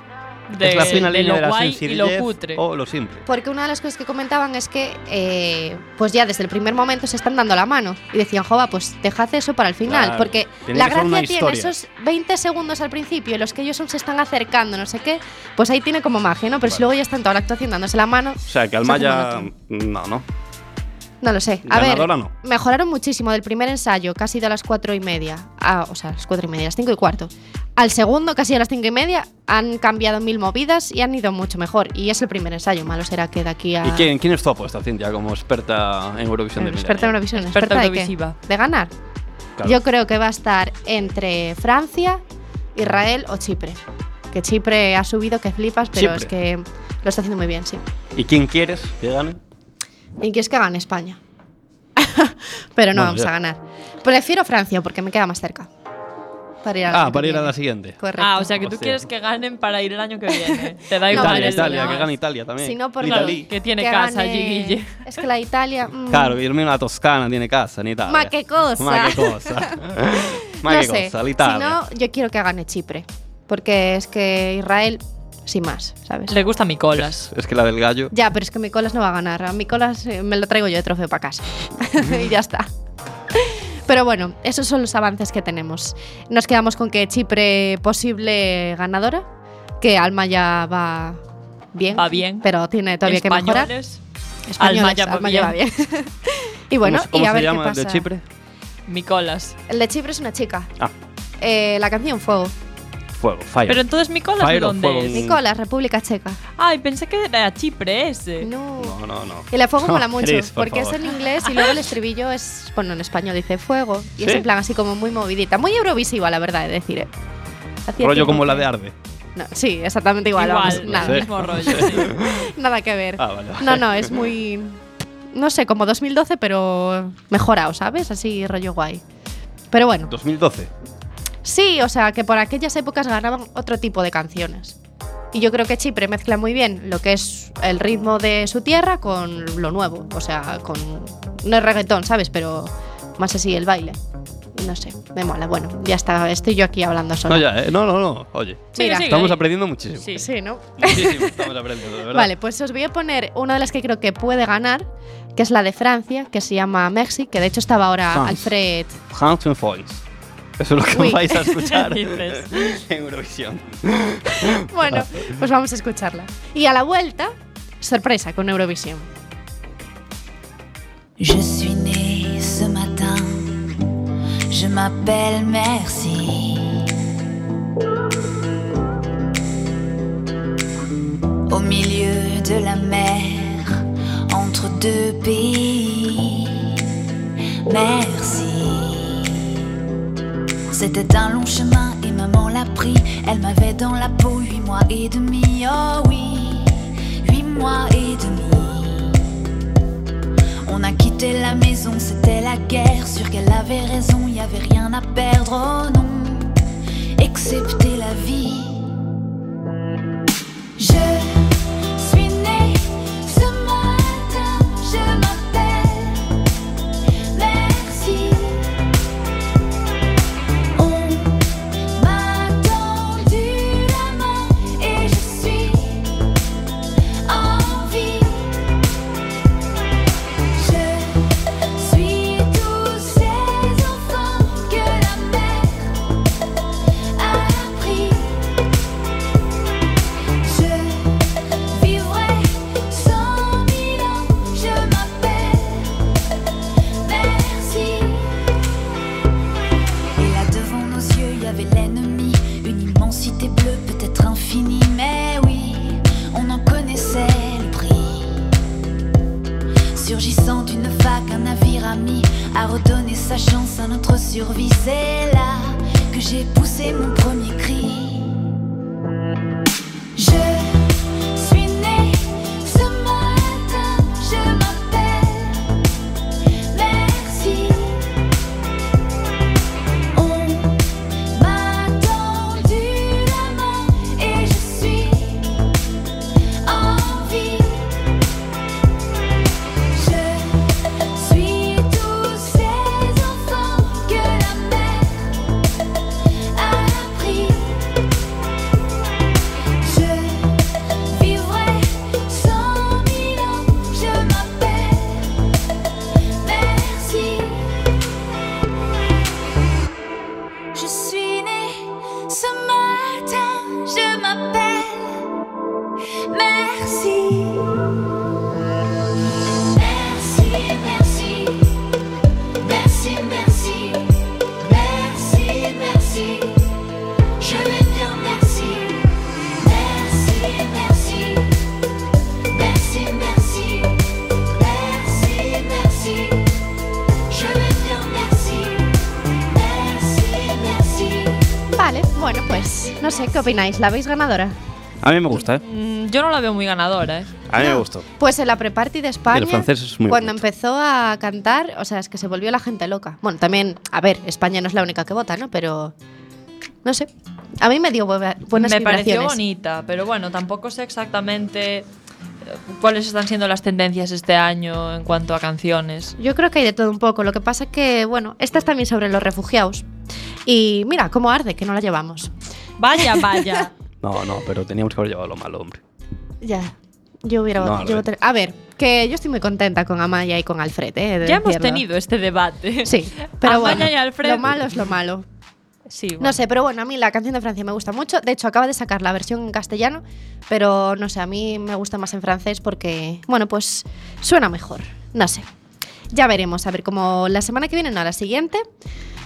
S1: de,
S2: es la fina
S1: de
S2: línea
S1: lo
S2: de la
S1: guay y lo
S2: sencillez
S1: cutre.
S2: o lo simple.
S3: Porque una de las cosas que comentaban es que, eh, pues ya desde el primer momento se están dando la mano. Y decían, Jova, pues dejad eso para el final.
S2: Claro,
S3: Porque
S2: tiene
S3: la
S2: que ser una
S3: gracia tiene
S2: historia.
S3: esos 20 segundos al principio, en los que ellos aún se están acercando, no sé qué. Pues ahí tiene como magia, ¿no? Pero si luego ya están toda la actuación dándose la mano,
S2: O sea, que
S3: hace
S2: Almaya.
S3: monótono.
S2: No, no.
S3: No lo sé. A
S2: Ganadora
S3: ver,
S2: no.
S3: mejoraron muchísimo del primer ensayo, casi de las cuatro y media. a- o sea, las cuatro y media, las cinco y cuarto. Al segundo, casi a las cinco y media, han cambiado mil movidas y han ido mucho mejor. Y es el primer ensayo, malo será que de aquí a.
S2: ¿Y quién, quién es tu apuesta, Cintia, como experta en Eurovisión
S3: Bueno,
S2: de
S3: experta en
S2: Milenio?
S3: Eurovisión,
S1: Experta
S3: experta de qué?
S1: eurovisiva.
S3: De ganar.
S2: Claro.
S3: Yo creo que va a estar entre Francia, Israel o Chipre. Que Chipre ha subido, que flipas,
S2: Chipre.
S3: pero es que lo está haciendo muy bien, sí.
S2: ¿Y quién quieres que gane?
S3: Y que es que gane España. [laughs] Pero no
S2: Bueno,
S3: vamos
S2: ya.
S3: a ganar. Prefiero Francia porque me queda más cerca. Para ir a la
S2: Ah,
S3: que
S2: para ir a
S3: viene.
S2: la siguiente.
S3: Correcto.
S1: Ah, o sea que tú
S2: Hostia.
S1: quieres que ganen para ir el año que
S3: [laughs]
S1: viene. Te da igual.
S3: No,
S2: Italia,
S3: vale,
S1: el-
S2: Italia,
S3: no.
S2: que gana Italia también.
S3: Si no, por
S1: Claro,
S2: Italy.
S1: que tiene
S3: que
S1: casa
S3: gane-
S1: allí, Guille.
S3: Es que la Italia. mm,
S2: Claro, irme a la Toscana tiene casa en Italia.
S3: Ma che cosa.
S2: Ma che
S3: [laughs]
S2: cosa. Ma
S3: no
S2: che
S3: sé.
S2: cosa, l'Italia.
S3: Si no, yo quiero que gane Chipre. Porque es que Israel, sin más, ¿sabes?
S1: Le gusta mi colas.
S2: Es que la del gallo.
S3: Ya, pero es que Micolas no va a ganar. A Micolas eh, me lo traigo yo de trofeo para casa. [laughs] y ya está. Pero bueno, esos son los avances que tenemos. Nos quedamos con que Chipre posible ganadora, que Alma ya va bien.
S1: Va bien.
S3: Pero tiene todavía que mejorar.
S1: Españoles.
S3: Españoles,
S1: Alma ya va
S3: Alma ya va
S1: bien.
S3: bien. [laughs] y bueno,
S2: ¿Cómo, se- cómo
S3: y a
S2: se
S3: ver
S2: llama
S3: qué
S2: el
S3: pasa.
S2: de Chipre?
S1: Mi colas.
S3: El de Chipre es una chica.
S2: Ah,
S3: Eh, la canción Fuego.
S2: fuego, fire.
S1: Pero entonces mi colas de
S2: Fire of
S1: dónde es?
S2: Fallen.
S3: Nicola, República Checa.
S1: Ay, pensé que era Chipre ese.
S3: No.
S2: Eh, no, no, no.
S3: Y la fuego
S2: No,
S3: mola mucho,
S2: Chris, por
S3: porque
S2: favor.
S3: es en inglés y luego el estribillo es, bueno, en español dice fuego, y es
S2: ¿Sí?
S3: en plan así como muy movidita, muy eurovisiva, la verdad, es decir. eh. Hacía
S2: Rollo
S3: tiempo
S2: como la
S3: que-
S2: de Arde.
S3: No, sí, exactamente igual, vamos,
S1: Igual,
S3: nada,
S1: el mismo rollo.
S2: [laughs]
S1: sí.
S3: nada que ver.
S2: Ah, vale, vale.
S3: No, no, es muy, no sé, como 2012, pero mejorado, ¿sabes? Así rollo guay. Pero bueno,
S2: 2012.
S3: sí, o sea, que por aquellas épocas ganaban otro tipo de canciones. Y yo creo que Chipre mezcla muy bien lo que es el ritmo de su tierra con lo nuevo. O sea, con. No es reggaetón, ¿sabes? Pero más así el baile. No sé, me mola. Bueno, ya está, estoy yo aquí hablando sola.
S2: No, ya, eh. No, no, no. Oye.
S1: Sigue,
S3: Mira.
S1: sigue,
S2: Estamos
S1: ahí.
S2: aprendiendo muchísimo.
S1: Sí.
S3: Sí, ¿no?
S2: Muchísimo estamos aprendiendo, de verdad.
S3: Vale, pues os voy a poner una de las que creo que puede ganar, que es la de Francia, que se llama Mexi, que de hecho estaba ahora
S2: Fans.
S3: Alfred.
S2: Hans and Foynes. Eso es lo que
S3: Uy.
S2: vais a
S3: [laughs]
S2: escuchar
S1: Dices.
S2: en Eurovisión.
S3: Bueno, pues vamos a escucharla. Y a la vuelta, sorpresa con Eurovisión.
S4: Je suis née ce matin, je m'appelle Merci. Au milieu de la mer, entre deux pays, merci. C'était un long chemin et maman l'a pris. Elle m'avait dans la peau huit mois et demi, oh oui, huit mois et demi. On a quitté la maison, c'était la guerre. Sûr qu'elle avait raison, y avait rien à perdre, oh non, excepté la vie. Je suis née ce matin, je m'appelle Merci. On m'a tendu la main et je suis en vie. Je suis tous ces enfants que la mère a appris. Je vivrai cent mille ans. Je m'appelle Merci. Et là devant nos yeux, il y avait l'ennemi. Une immensité bleue, peut-être infinie. Mais oui, on en connaissait le prix. Surgissant d'une vague, un navire ami a redonné sa chance à notre survie. C'est là que j'ai poussé mon premier cri. Je suis née ce matin, je m'appelle Merci. On m'a tendu la main et je suis en vie. Je suis
S3: pues, No sé, ¿qué opináis? ¿La veis ganadora?
S2: A mí me gusta, ¿eh?
S1: Mm, yo no la veo muy ganadora, ¿eh?
S2: A mí me
S3: No.
S2: gustó.
S3: Pues en la preparty de España,
S2: El francés es muy
S3: cuando
S2: bonito.
S3: empezó a cantar, o sea, es que se volvió la gente loca. Bueno, también, a ver, España no es la única que vota, ¿no? Pero, no sé, a mí me dio buena- buenas
S1: me pareció
S3: vibraciones.
S1: bonita, pero bueno, tampoco sé exactamente eh, cuáles están siendo las tendencias este año en cuanto a canciones.
S3: Yo creo que hay de todo un poco, lo que pasa que, bueno, esta es también sobre los refugiados. Y mira, cómo arde, que no la llevamos.
S1: Vaya,
S3: [laughs]
S1: vaya.
S2: No, no, pero teníamos que haber llevado lo malo, hombre.
S3: Ya, yo hubiera
S2: No
S3: votado. yo
S2: arde.
S3: votaría- a ver, que yo estoy muy contenta con Amaya y con Alfred, ¿eh? he de
S1: ya hemos
S3: decirlo.
S1: tenido este debate.
S3: Sí, pero
S1: Amaya
S3: bueno,
S1: y Alfred.
S3: lo malo es lo malo.
S1: Sí,
S3: No
S1: bueno.
S3: sé, pero bueno, a mí la canción de Francia me gusta mucho. De hecho, acaba de sacar la versión en castellano, pero no sé, a mí me gusta más en francés porque, bueno, pues suena mejor. No sé. Ya veremos, a ver, como la semana que viene, no, la siguiente,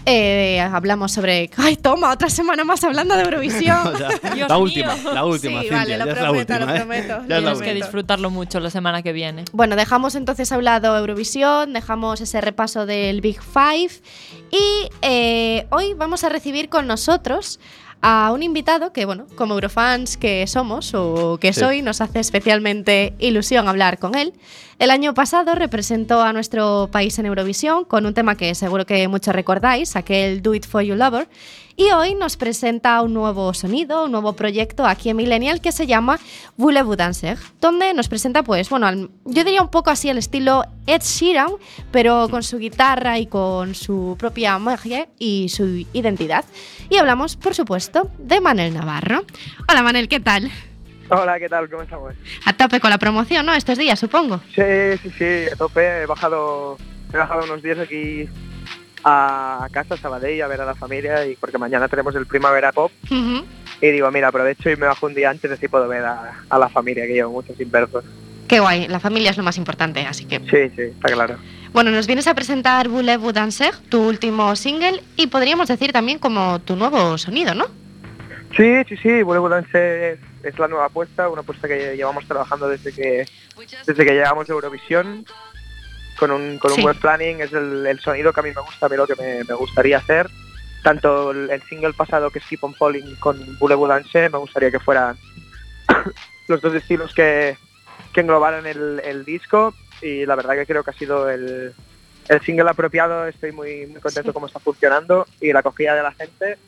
S3: eh, hablamos sobre... ¡Ay, toma! Otra semana más hablando de Eurovisión.
S2: [laughs] O sea,
S1: Dios
S2: la
S1: mío.
S2: última, la última,
S3: Sí,
S2: Cintia,
S3: vale, lo
S2: ya es la
S3: prometo, lo
S2: última, ¿eh?
S3: prometo, lo
S2: Ya es la
S1: Tienes
S3: sé.
S1: que
S2: última.
S1: disfrutarlo mucho la semana que viene.
S3: Bueno, dejamos entonces a un lado Eurovisión, dejamos ese repaso del Big Five y eh, hoy vamos a recibir con nosotros a un invitado que, bueno, como eurofans que somos o que
S2: Sí.
S3: soy, nos hace especialmente ilusión hablar con él. El año pasado representó a nuestro país en Eurovisión con un tema que seguro que muchos recordáis, aquel Do It For You Lover. Y hoy nos presenta un nuevo sonido, un nuevo proyecto aquí en Millennial que se llama Voulez-vous danser? Donde nos presenta, pues, bueno, al- yo diría un poco así el estilo Ed Sheeran, pero con su guitarra y con su propia magia y su identidad. Y hablamos, por supuesto, de Manel Navarro. Hola Manel, ¿qué tal?
S7: Hola, ¿qué tal? ¿Cómo estamos?
S3: A tope con la promoción, ¿no? Estos días, supongo.
S7: Sí, sí, sí, a tope. He bajado, he bajado unos días aquí a casa, a Sabadell, a ver a la familia, y porque mañana tenemos el Primavera Pop.
S3: Ujú.
S7: Y digo, mira, aprovecho y me bajo un día antes, así puedo ver a, a la familia, que llevo muchos inversos.
S3: Qué guay, la familia es lo más importante, así que...
S7: Sí, sí, está claro.
S3: Bueno, nos vienes a presentar Voulez-vous danser, tu último single, y podríamos decir también como tu nuevo sonido, ¿no?
S7: Sí, sí, sí, vuelvo a es, es la nueva apuesta, una apuesta que llevamos trabajando desde que desde que llegamos de Eurovisión, con un, con un
S3: Sí.
S7: buen planning, es el, el sonido que a mí me gusta, a mí lo que me, me gustaría hacer. Tanto el, el single pasado que es Keep on Falling con Boulevard Dance, me gustaría que fueran [coughs] los dos estilos que, que englobaran el, el disco y la verdad que creo que ha sido el, el single apropiado, estoy muy, muy contento
S3: Sí.
S7: cómo está funcionando y la acogida de la gente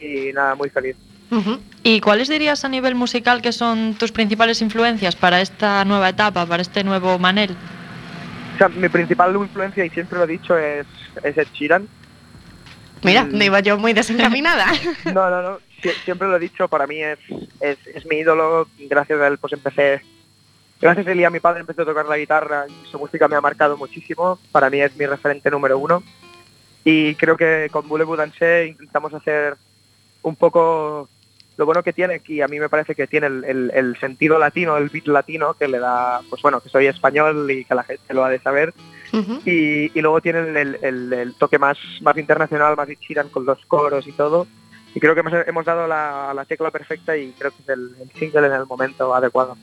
S7: y nada, muy feliz.
S3: Ujú.
S1: ¿Y cuáles dirías a nivel musical que son tus principales influencias para esta nueva etapa, para este nuevo Manel?
S7: O sea, mi principal influencia, y siempre lo he dicho, es, es Ed Sheeran.
S3: Mira,
S7: Mm.
S3: no iba yo muy desencaminada.
S7: [laughs] No, no, no. Sie- siempre lo he dicho, para mí es, es, es mi ídolo. Gracias a él pues empecé... Gracias a él y a mi padre empecé a tocar la guitarra y su música me ha marcado muchísimo. Para mí es mi referente número uno. Y creo que con Boulevard Danse intentamos hacer un poco lo bueno que tiene, que a mí me parece que tiene el, el- el sentido latino, el beat latino, que le da, pues bueno, que soy español y que la gente lo ha de saber,
S3: Ujú.
S7: y, y luego tienen el, el- el toque más, más internacional, más chiran con los coros y todo. Y creo que hemos, hemos dado la, la tecla perfecta y creo que es el, el single en el momento adecuado.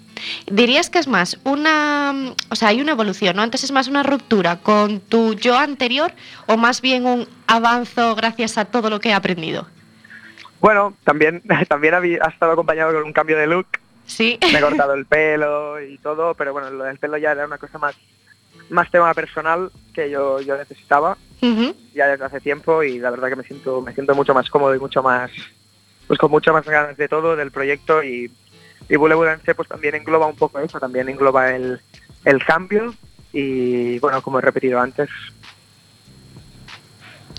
S3: Dirías que es más una. mm, O sea, hay una evolución, ¿no? Antes es más una ruptura con tu yo anterior o más bien un avanzo gracias a todo lo que he aprendido.
S7: Bueno, también, [laughs] también habí- ha estado acompañado con un cambio de look.
S3: Sí.
S7: Me he cortado el pelo y todo, pero bueno, lo del pelo ya era una cosa más, más tema personal que yo, yo necesitaba
S3: Ujú.
S7: ya desde hace tiempo y la verdad que me siento, me siento mucho más cómodo y mucho más, pues con mucho más ganas de todo, del proyecto y, y Bule Budance pues también engloba un poco eso, también engloba el, el cambio y bueno, como he repetido antes,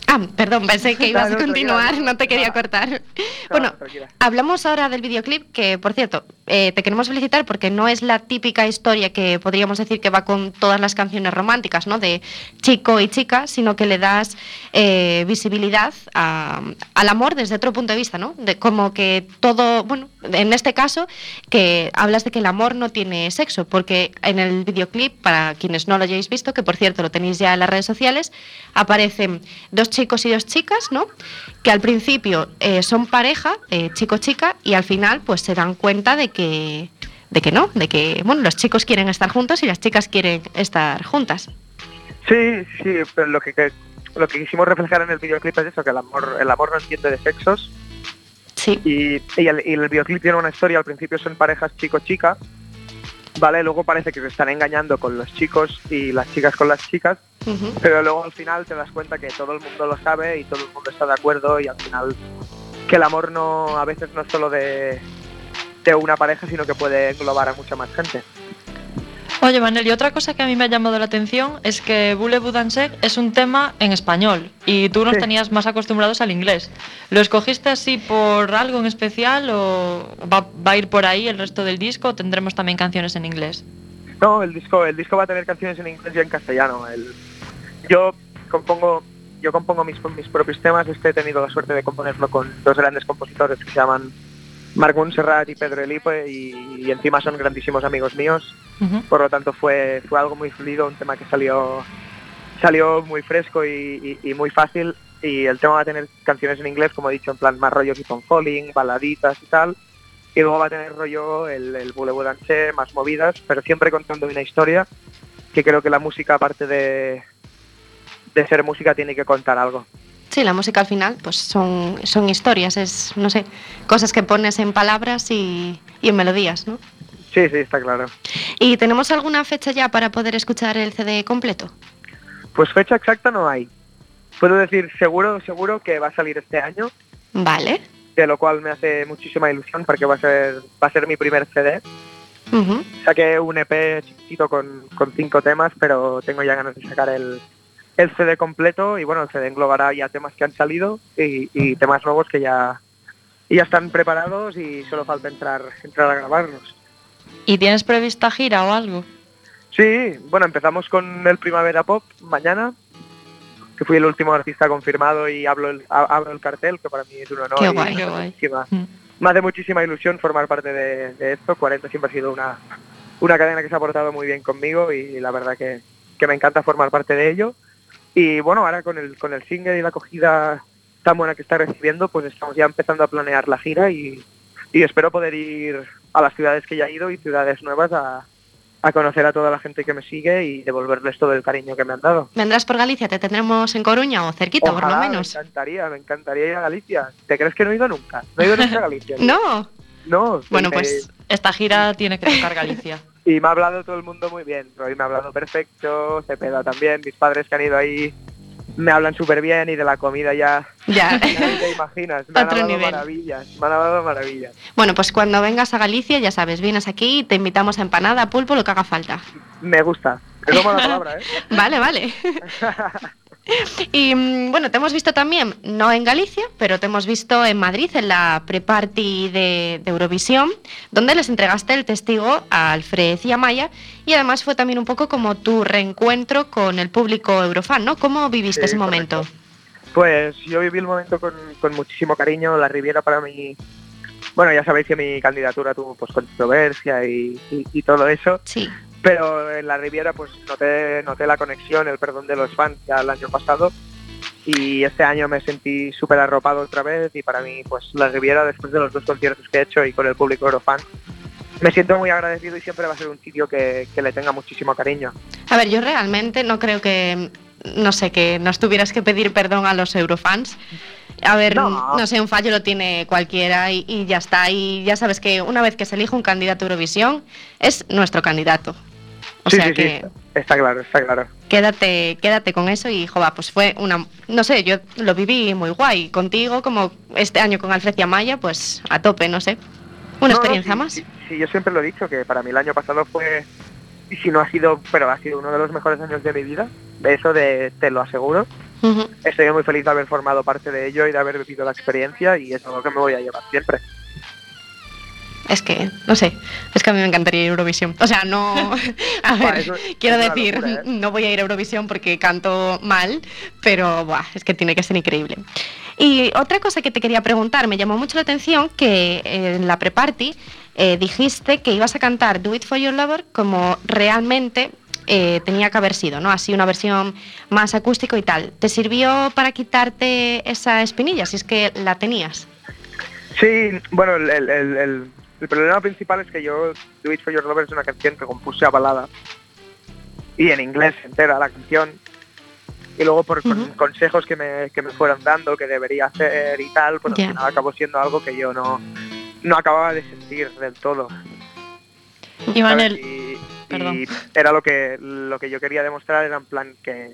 S3: Ah, perdón, pensé que ibas a
S7: Claro,
S3: continuar,
S7: tranquila.
S3: no te quería
S7: Nada.
S3: cortar. Bueno,
S7: tranquila.
S3: Hablamos ahora del videoclip, que por cierto, eh, te queremos felicitar porque no es la típica historia que podríamos decir que va con todas las canciones románticas, ¿no? De chico y chica, sino que le das eh, visibilidad a- al amor desde otro punto de vista, ¿no? De como que todo, bueno, en este caso, que hablas de que el amor no tiene sexo, porque en el videoclip, para quienes no lo hayáis visto, que por cierto lo tenéis ya en las redes sociales, aparecen dos chicos y dos chicas, ¿no? que al principio eh, son pareja, eh, chico-chica, y al final pues se dan cuenta de que, de que no, de que bueno, los chicos quieren estar juntos y las chicas quieren estar juntas.
S7: Sí, sí, pero lo que, que- lo que quisimos reflejar en el videoclip es eso, que el amor, el amor no entiende de sexos
S6: Sí.
S7: Y, y el, y el videoclip tiene una historia, al principio son parejas chico-chica, ¿vale? Luego parece que se están engañando con los chicos y las chicas con las chicas,
S3: Ujú.
S7: pero luego al final te das cuenta que todo el mundo lo sabe y todo el mundo está de acuerdo y al final que el amor no a veces no es solo de, de una pareja, sino que puede englobar a mucha más gente.
S1: Oye, Manel, y otra cosa que a mí me ha llamado la atención es que Boulevard Dansek es un tema en español y tú nos
S7: Sí.
S1: tenías más acostumbrados al inglés. ¿Lo escogiste así por algo en especial o va, va a ir por ahí el resto del disco o tendremos también canciones en inglés?
S7: No, el disco, el disco va a tener canciones en inglés y en castellano. El- yo compongo, yo compongo mis, mis propios temas. Este he tenido la suerte de componerlo con dos grandes compositores que se llaman Marc Montserrat y Pedro Elipe y, y encima son grandísimos amigos míos.
S1: Ujú.
S7: Por lo tanto fue, fue algo muy fluido, un tema que salió, salió muy fresco y, y- y muy fácil. Y el tema va a tener canciones en inglés, como he dicho, en plan más rollo Keep on Falling, baladitas y tal y luego va a tener rollo el, el Boulevard Anche, más movidas, pero siempre contando una historia que creo que la música, aparte de, de ser música, tiene que contar algo.
S3: Sí, la música al final pues son, son historias, es, no sé, cosas que pones en palabras y, y en melodías, ¿no?
S7: Sí, sí, está claro.
S3: ¿Y tenemos alguna fecha ya para poder escuchar el CD completo?
S7: Pues fecha exacta no hay. Puedo decir seguro, seguro que va a salir este año,
S3: Vale.
S7: de lo cual me hace muchísima ilusión porque va a ser, va a ser mi primer CD.
S3: Ujú.
S7: Saqué un EP chiquito con, con cinco temas, pero tengo ya ganas de sacar el, el CD completo y bueno, el CD englobará ya temas que han salido y, y temas nuevos que ya, ya están preparados y solo falta entrar, entrar a grabarlos.
S1: ¿Y tienes prevista gira o algo?
S7: Sí, bueno, empezamos con el Primavera Pop mañana, que fui el último artista confirmado y hablo el, a- abro el cartel, que para mí es un honor.
S3: Qué
S7: y
S3: guay,
S7: una
S1: qué
S7: cosa
S1: guay.
S7: muchísima-
S1: Mm.
S7: me hace muchísima ilusión formar parte de, de esto. 40 siempre ha sido una, una cadena que se ha portado muy bien conmigo y la verdad que, que me encanta formar parte de ello. Y bueno, ahora con el, con el single y la acogida tan buena que está recibiendo, pues estamos ya empezando a planear la gira y, y espero poder ir a las ciudades que ya he ido y ciudades nuevas a, a conocer a toda la gente que me sigue y devolverles todo el cariño que me han dado.
S3: ¿Vendrás por Galicia? ¿Te tendremos en Coruña o cerquita, por lo
S7: Ojalá, me
S3: menos?
S7: encantaría, me encantaría ir a Galicia. ¿Te crees que no he ido nunca? No he ido nunca a Galicia.
S3: [laughs] No.
S7: No,
S3: Bueno,
S7: eh,
S3: pues
S1: Esta gira tiene que tocar Galicia.
S7: Y me ha hablado todo el mundo muy bien. Roy me ha hablado perfecto, Cepeda también, mis padres que han ido ahí me hablan súper bien y de la comida ya
S3: ya. [laughs]
S7: no te imaginas. Me han
S3: Otro
S7: hablado
S3: nivel.
S7: maravillas, me han hablado maravillas.
S3: bueno, pues cuando vengas a Galicia, ya sabes, vienes aquí, te invitamos a empanada, pulpo, lo que haga falta.
S7: Me gusta. Te tomo la palabra, ¿eh?
S3: Vale, vale. y mm, bueno, te hemos visto también, no en Galicia, pero te hemos visto en Madrid, en la pre-party de, de Eurovisión, donde les entregaste el testigo a Alfred y a Maya, y además fue también un poco como tu reencuentro con el público eurofan, ¿no? ¿Cómo viviste
S7: Sí,
S3: ese
S7: correcto.
S3: este momento?
S7: Pues yo viví el momento con, con muchísimo cariño. La Riviera para mí... Bueno, ya sabéis que mi candidatura tuvo pues controversia y- y- y todo eso.
S3: Sí.
S7: pero en la Riviera pues noté, noté la conexión, el perdón de los fans ya el año pasado y este año me sentí súper arropado otra vez y para mí pues la Riviera después de los dos conciertos que he hecho y con el público Eurofan me siento muy agradecido y siempre va a ser un sitio que, que le tenga muchísimo cariño.
S3: A ver, yo realmente no creo que, no sé, que nos tuvieras que pedir perdón a los eurofans. A ver, no,
S7: No.
S3: sé, un fallo lo tiene cualquiera y, y ya está. Y ya sabes que una vez que se elige un candidato a Eurovisión, es nuestro candidato. O
S7: Sí,
S3: sea
S7: sí, sí,
S3: que
S7: está claro, está claro.
S3: quédate, quédate con eso y, jova, pues fue una... No sé, yo lo viví muy guay contigo, como este año con Alfred y Amaya, pues a tope, no sé. Una
S7: No, no,
S3: experiencia
S7: sí,
S3: más.
S7: Sí, sí, yo siempre lo he dicho, que para mí el año pasado fue, y si no ha sido, pero ha sido uno de los mejores años de mi vida, de eso de, te lo aseguro.
S3: Ujú.
S7: Estoy muy feliz de haber formado parte de ello y de haber vivido la experiencia y es algo que me voy a llevar siempre.
S3: Es que, no sé, es que a mí me encantaría ir a Eurovisión. O sea, no.
S7: [laughs]
S3: A
S7: Buah,
S3: ver,
S7: eso-
S3: quiero
S7: es una
S3: decir,
S7: locura, ¿eh?
S3: no voy a ir a Eurovisión porque canto mal, pero buah, es que tiene que ser increíble. Y otra cosa que te quería preguntar, me llamó mucho la atención que en la pre-party eh, dijiste que ibas a cantar Do It For Your Lover como realmente eh, tenía que haber sido, ¿no? Así una versión más acústico y tal. ¿Te sirvió para quitarte esa espinilla, si es que la tenías?
S7: Sí, bueno, el, el- el- el- el problema principal es que yo, Do It For Your Lover es una canción que compuse a balada y en inglés entera la canción y luego por con- consejos que me, que me fueron dando, que debería hacer y tal, pues
S3: Ya.
S7: al final acabó siendo algo que yo no, no acababa de sentir del todo.
S1: [laughs] Y Manel,
S7: ¿sabes? Y,
S1: perdón.
S7: y era lo que, lo que yo quería demostrar, era en plan que,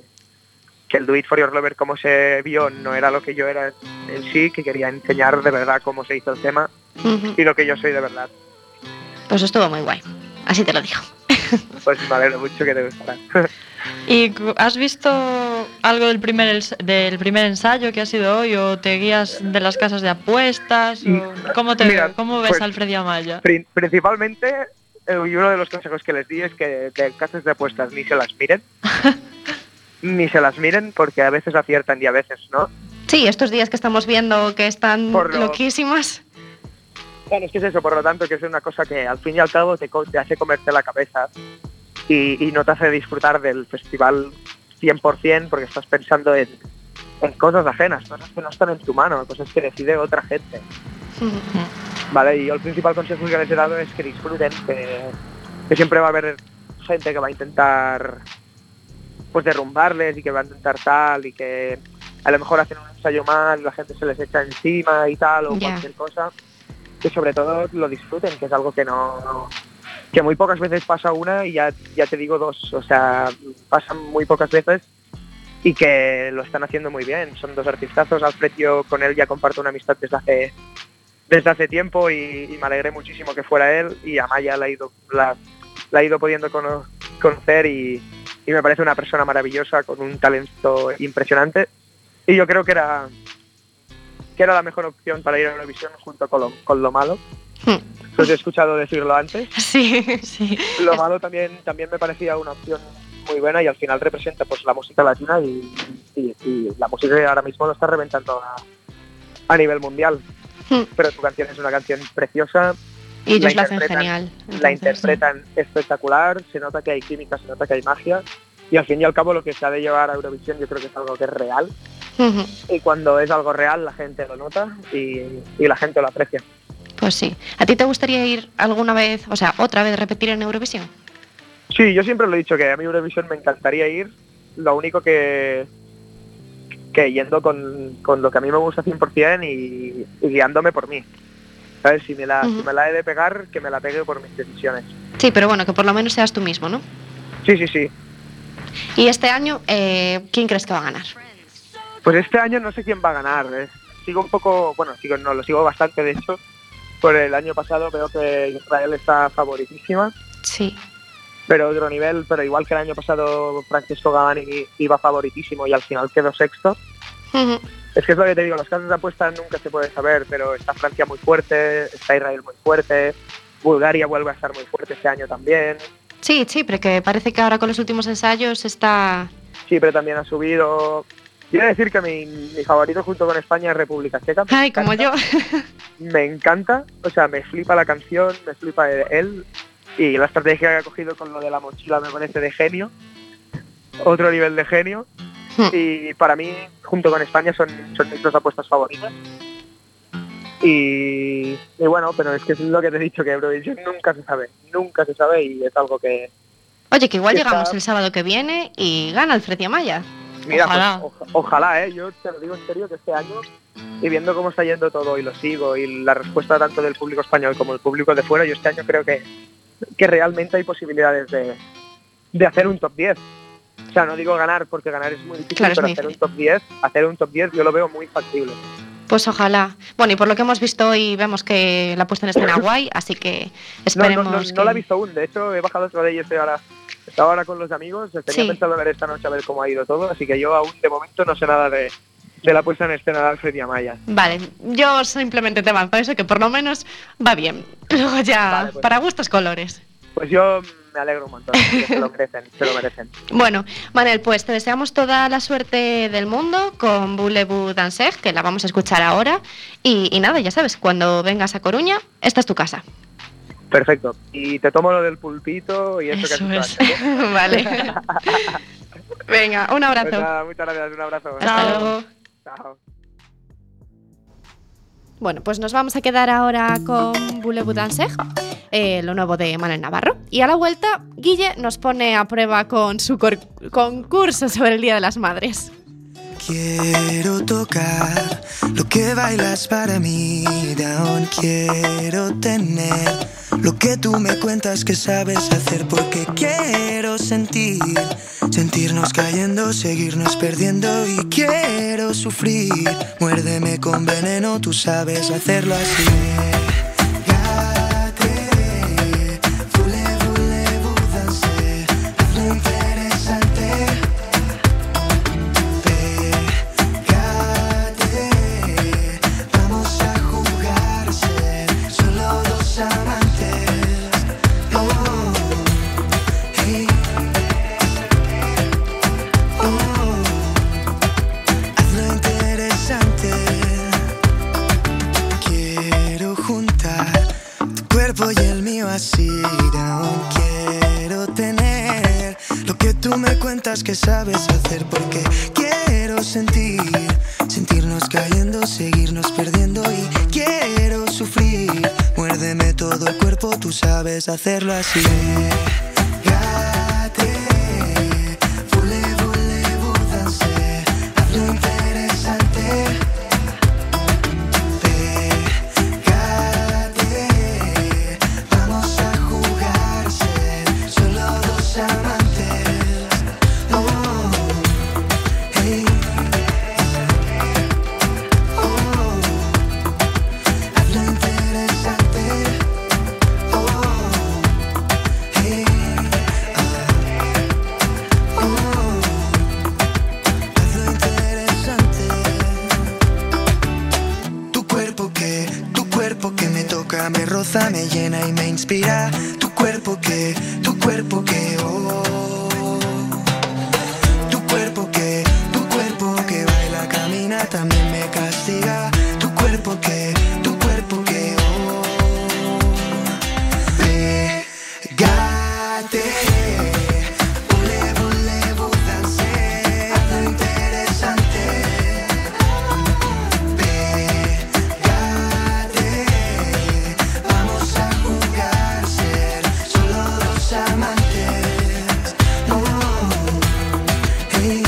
S7: que el Do It For Your Lover como se vio no era lo que yo era en sí, que quería enseñar de verdad cómo se hizo el tema
S3: Ujú.
S7: y lo que yo soy de verdad.
S3: Pues estuvo muy guay. Así te lo digo.
S7: Pues me alegro mucho que te gustara.
S1: ¿y cu- has visto algo del primer ens- del primer ensayo que ha sido hoy o te guías de las casas de apuestas? o ¿Cómo te
S7: Mira,
S1: cómo ves
S7: pues-
S1: a Alfred y Amaya?
S7: Pri- Principalmente, eh, y uno de los consejos que les di es que de casas de apuestas ni se las miren. ni se las miren porque a veces aciertan y a veces no.
S3: Sí, estos días que estamos viendo que están
S7: Por lo-
S3: loquísimas.
S7: Claro, es que es eso, por lo tanto, que es una cosa que al fin y al cabo te, co- te hace comerte la cabeza y, y no te hace disfrutar del festival 100% porque estás pensando en, en cosas ajenas, cosas que no están en tu mano, cosas que decide otra gente. Vale, y yo el principal consejo que les he dado es que disfruten, que, que siempre va a haber gente que va a intentar pues derrumbarles y que va a intentar tal y que a lo mejor hacen un ensayo mal, la gente se les echa encima y tal o
S3: Ya.
S7: cualquier cosa, que sobre todo lo disfruten, que es algo que no que muy pocas veces pasa una y ya, ya te digo dos, o sea, pasan muy pocas veces y que lo están haciendo muy bien. Son dos artistazos, Alfred yo con él ya comparto una amistad desde hace desde hace tiempo y, y me alegré muchísimo que fuera él y a Maya la he ido, la, la he ido pudiendo cono- conocer y, y me parece una persona maravillosa con un talento impresionante y yo creo que era que era la mejor opción para ir a Eurovisión junto con lo, con lo malo. Os he escuchado decirlo antes.
S3: Sí, sí.
S7: Lo malo también, también me parecía una opción muy buena y al final representa pues la música latina y, y- y la música que ahora mismo lo está reventando a, a nivel mundial.
S3: Hmm.
S7: Pero tu canción es una canción preciosa,
S3: Y ellos
S7: La
S3: lo hacen
S7: interpretan-
S3: genial.
S7: la
S3: Entonces,
S7: interpretan espectacular, se nota que hay química, se nota que hay magia y al fin y al cabo lo que se ha de llevar a Eurovisión yo creo que es algo que es real
S3: ujú.
S7: y cuando es algo real la gente lo nota y, y la gente lo aprecia.
S3: Pues sí. ¿A ti te gustaría ir alguna vez, o sea, otra vez repetir en Eurovisión?
S7: Sí, yo siempre lo he dicho que a mí Eurovisión me encantaría ir. Lo único que que yendo con, con lo que a mí me gusta 100% y, y guiándome por mí. ¿Sabes? Si me, la,
S3: Ujú.
S7: si me la he de pegar, que me la pegue por mis decisiones.
S3: Sí, pero bueno, que por lo menos seas tú mismo, ¿no?
S7: Sí, sí, sí.
S3: Y este año, eh, ¿quién crees que va a ganar?
S7: Pues este año no sé quién va a ganar. ¿eh? Sigo un poco, bueno, sigo, no, lo sigo bastante de hecho. Por el año pasado veo que Israel está favoritísima.
S3: Sí.
S7: pero otro nivel, pero igual que el año pasado Francisco Gavani iba favoritísimo y al final quedó sexto.
S3: Ujú.
S7: Es que es lo que te digo, las casas de apuestas nunca se puede saber, pero está Francia muy fuerte, está Israel muy fuerte, Bulgaria vuelve a estar muy fuerte este año también,
S3: Sí, sí, pero que parece que ahora con los últimos ensayos está...
S7: Chipre también ha subido. Quiero decir que mi, mi favorito junto con España es República Checa. Me
S3: Ay, como yo.
S7: encanta, Me encanta, o sea, me flipa la canción, me flipa él y la estrategia que ha cogido con lo de la mochila me parece de genio, otro nivel de genio. y para mí, junto con España, son, son mis dos apuestas favoritas. Y, y bueno, pero es que es lo que te he dicho, que Eurovisión nunca se sabe, nunca se sabe y es algo que...
S3: Oye, que igual
S7: Está-
S3: llegamos el sábado que viene y gana Alfred y Amaya.
S7: Mira, pues,
S1: Ojalá.
S7: oja- ojalá. ¿eh? Yo te lo digo en serio que este año, y viendo cómo está yendo todo y lo sigo, y la respuesta tanto del público español como del público de fuera, yo este año creo que, que realmente hay posibilidades de, de hacer un top 10. O sea, no digo ganar porque ganar es muy difícil,
S3: Claro, es
S7: pero
S3: muy
S7: hacer un
S3: difícil.
S7: top 10, hacer un top 10 yo lo veo muy factible.
S3: Pues ojalá. Bueno, y por lo que hemos visto hoy vemos que la puesta en
S7: [laughs]
S3: escena guay, así que
S7: No, no,
S3: esperemos
S7: no,
S3: que...
S7: no la he visto aún, de hecho he bajado otra de y estoy ahora, estaba ahora con los amigos, tenía
S3: Sí.
S7: pensado ver esta noche a ver cómo ha ido todo, así que yo aún de momento no sé nada de, de la puesta en escena de Alfred y Amaya.
S3: Vale, yo simplemente te avanzo eso, que por lo menos va bien. [laughs] Luego ya,
S7: Vale, pues.
S3: para gustos colores.
S7: Pues yo me alegro un montón,
S3: [laughs]
S7: porque se lo merecen, se lo merecen.
S3: Bueno, Manel, pues te deseamos toda la suerte del mundo con Boulevard Danser, que la vamos a escuchar ahora. Y, y nada, ya sabes, cuando vengas a Coruña, esta es tu casa. [laughs]
S7: Perfecto. Y te tomo lo del pulpito y eso, que has dicho antes, ¿eh? [laughs]
S3: vale. Venga, un abrazo.
S7: Pues nada, muchas gracias, un abrazo.
S3: Hasta luego.
S7: Chao.
S8: Bueno, pues nos vamos a quedar ahora con Boulevard Dancer
S3: eh, lo nuevo de Manuel Navarro. Y a la vuelta, Guille nos pone a prueba con su cor- concurso sobre el Día de las Madres.
S5: Quiero tocar lo que bailas para mí, down. Quiero tener lo que tú me cuentas que sabes hacer, porque quiero sentir, sentirnos cayendo, seguirnos perdiendo y quiero sufrir. Muérdeme con veneno, tú sabes hacerlo así. Gate, voulez, voulez-vous danser? Hazlo interesante. Pégate, vamos a jugar, ser solo dos amantes. Oh, hey. Oh, hazlo interesante. Quiero juntar tu cuerpo y el mío así. Down. Quiero tener lo que tú me cuentas que sabes hacer porque quiero sentir, sentirnos cayendo, seguirnos perdiendo y quiero sufrir. Muérdeme todo el cuerpo, tú sabes hacerlo así. Pégate, voulez, voulez-vous danser? Hazlo interesante. Pégate, vamos a jugar, ser solo dos amantes. Oh, hey. Oh, hazlo interesante. Oh, hey. Ah. Oh, hazlo interesante. Tu cuerpo que, tu cuerpo que me toca, me roza, me llena y me inspira. Tu cuerpo que, tu cuerpo que, oh. Tu cuerpo que, tu cuerpo que baila, camina, también me castiga. Tu cuerpo que, tu cuerpo que, oh. Pégate. Voulez, voulez-vous danser? Hazlo interesante. Pégate, vamos a jugar, ser solo dos amantes. Oh, hey.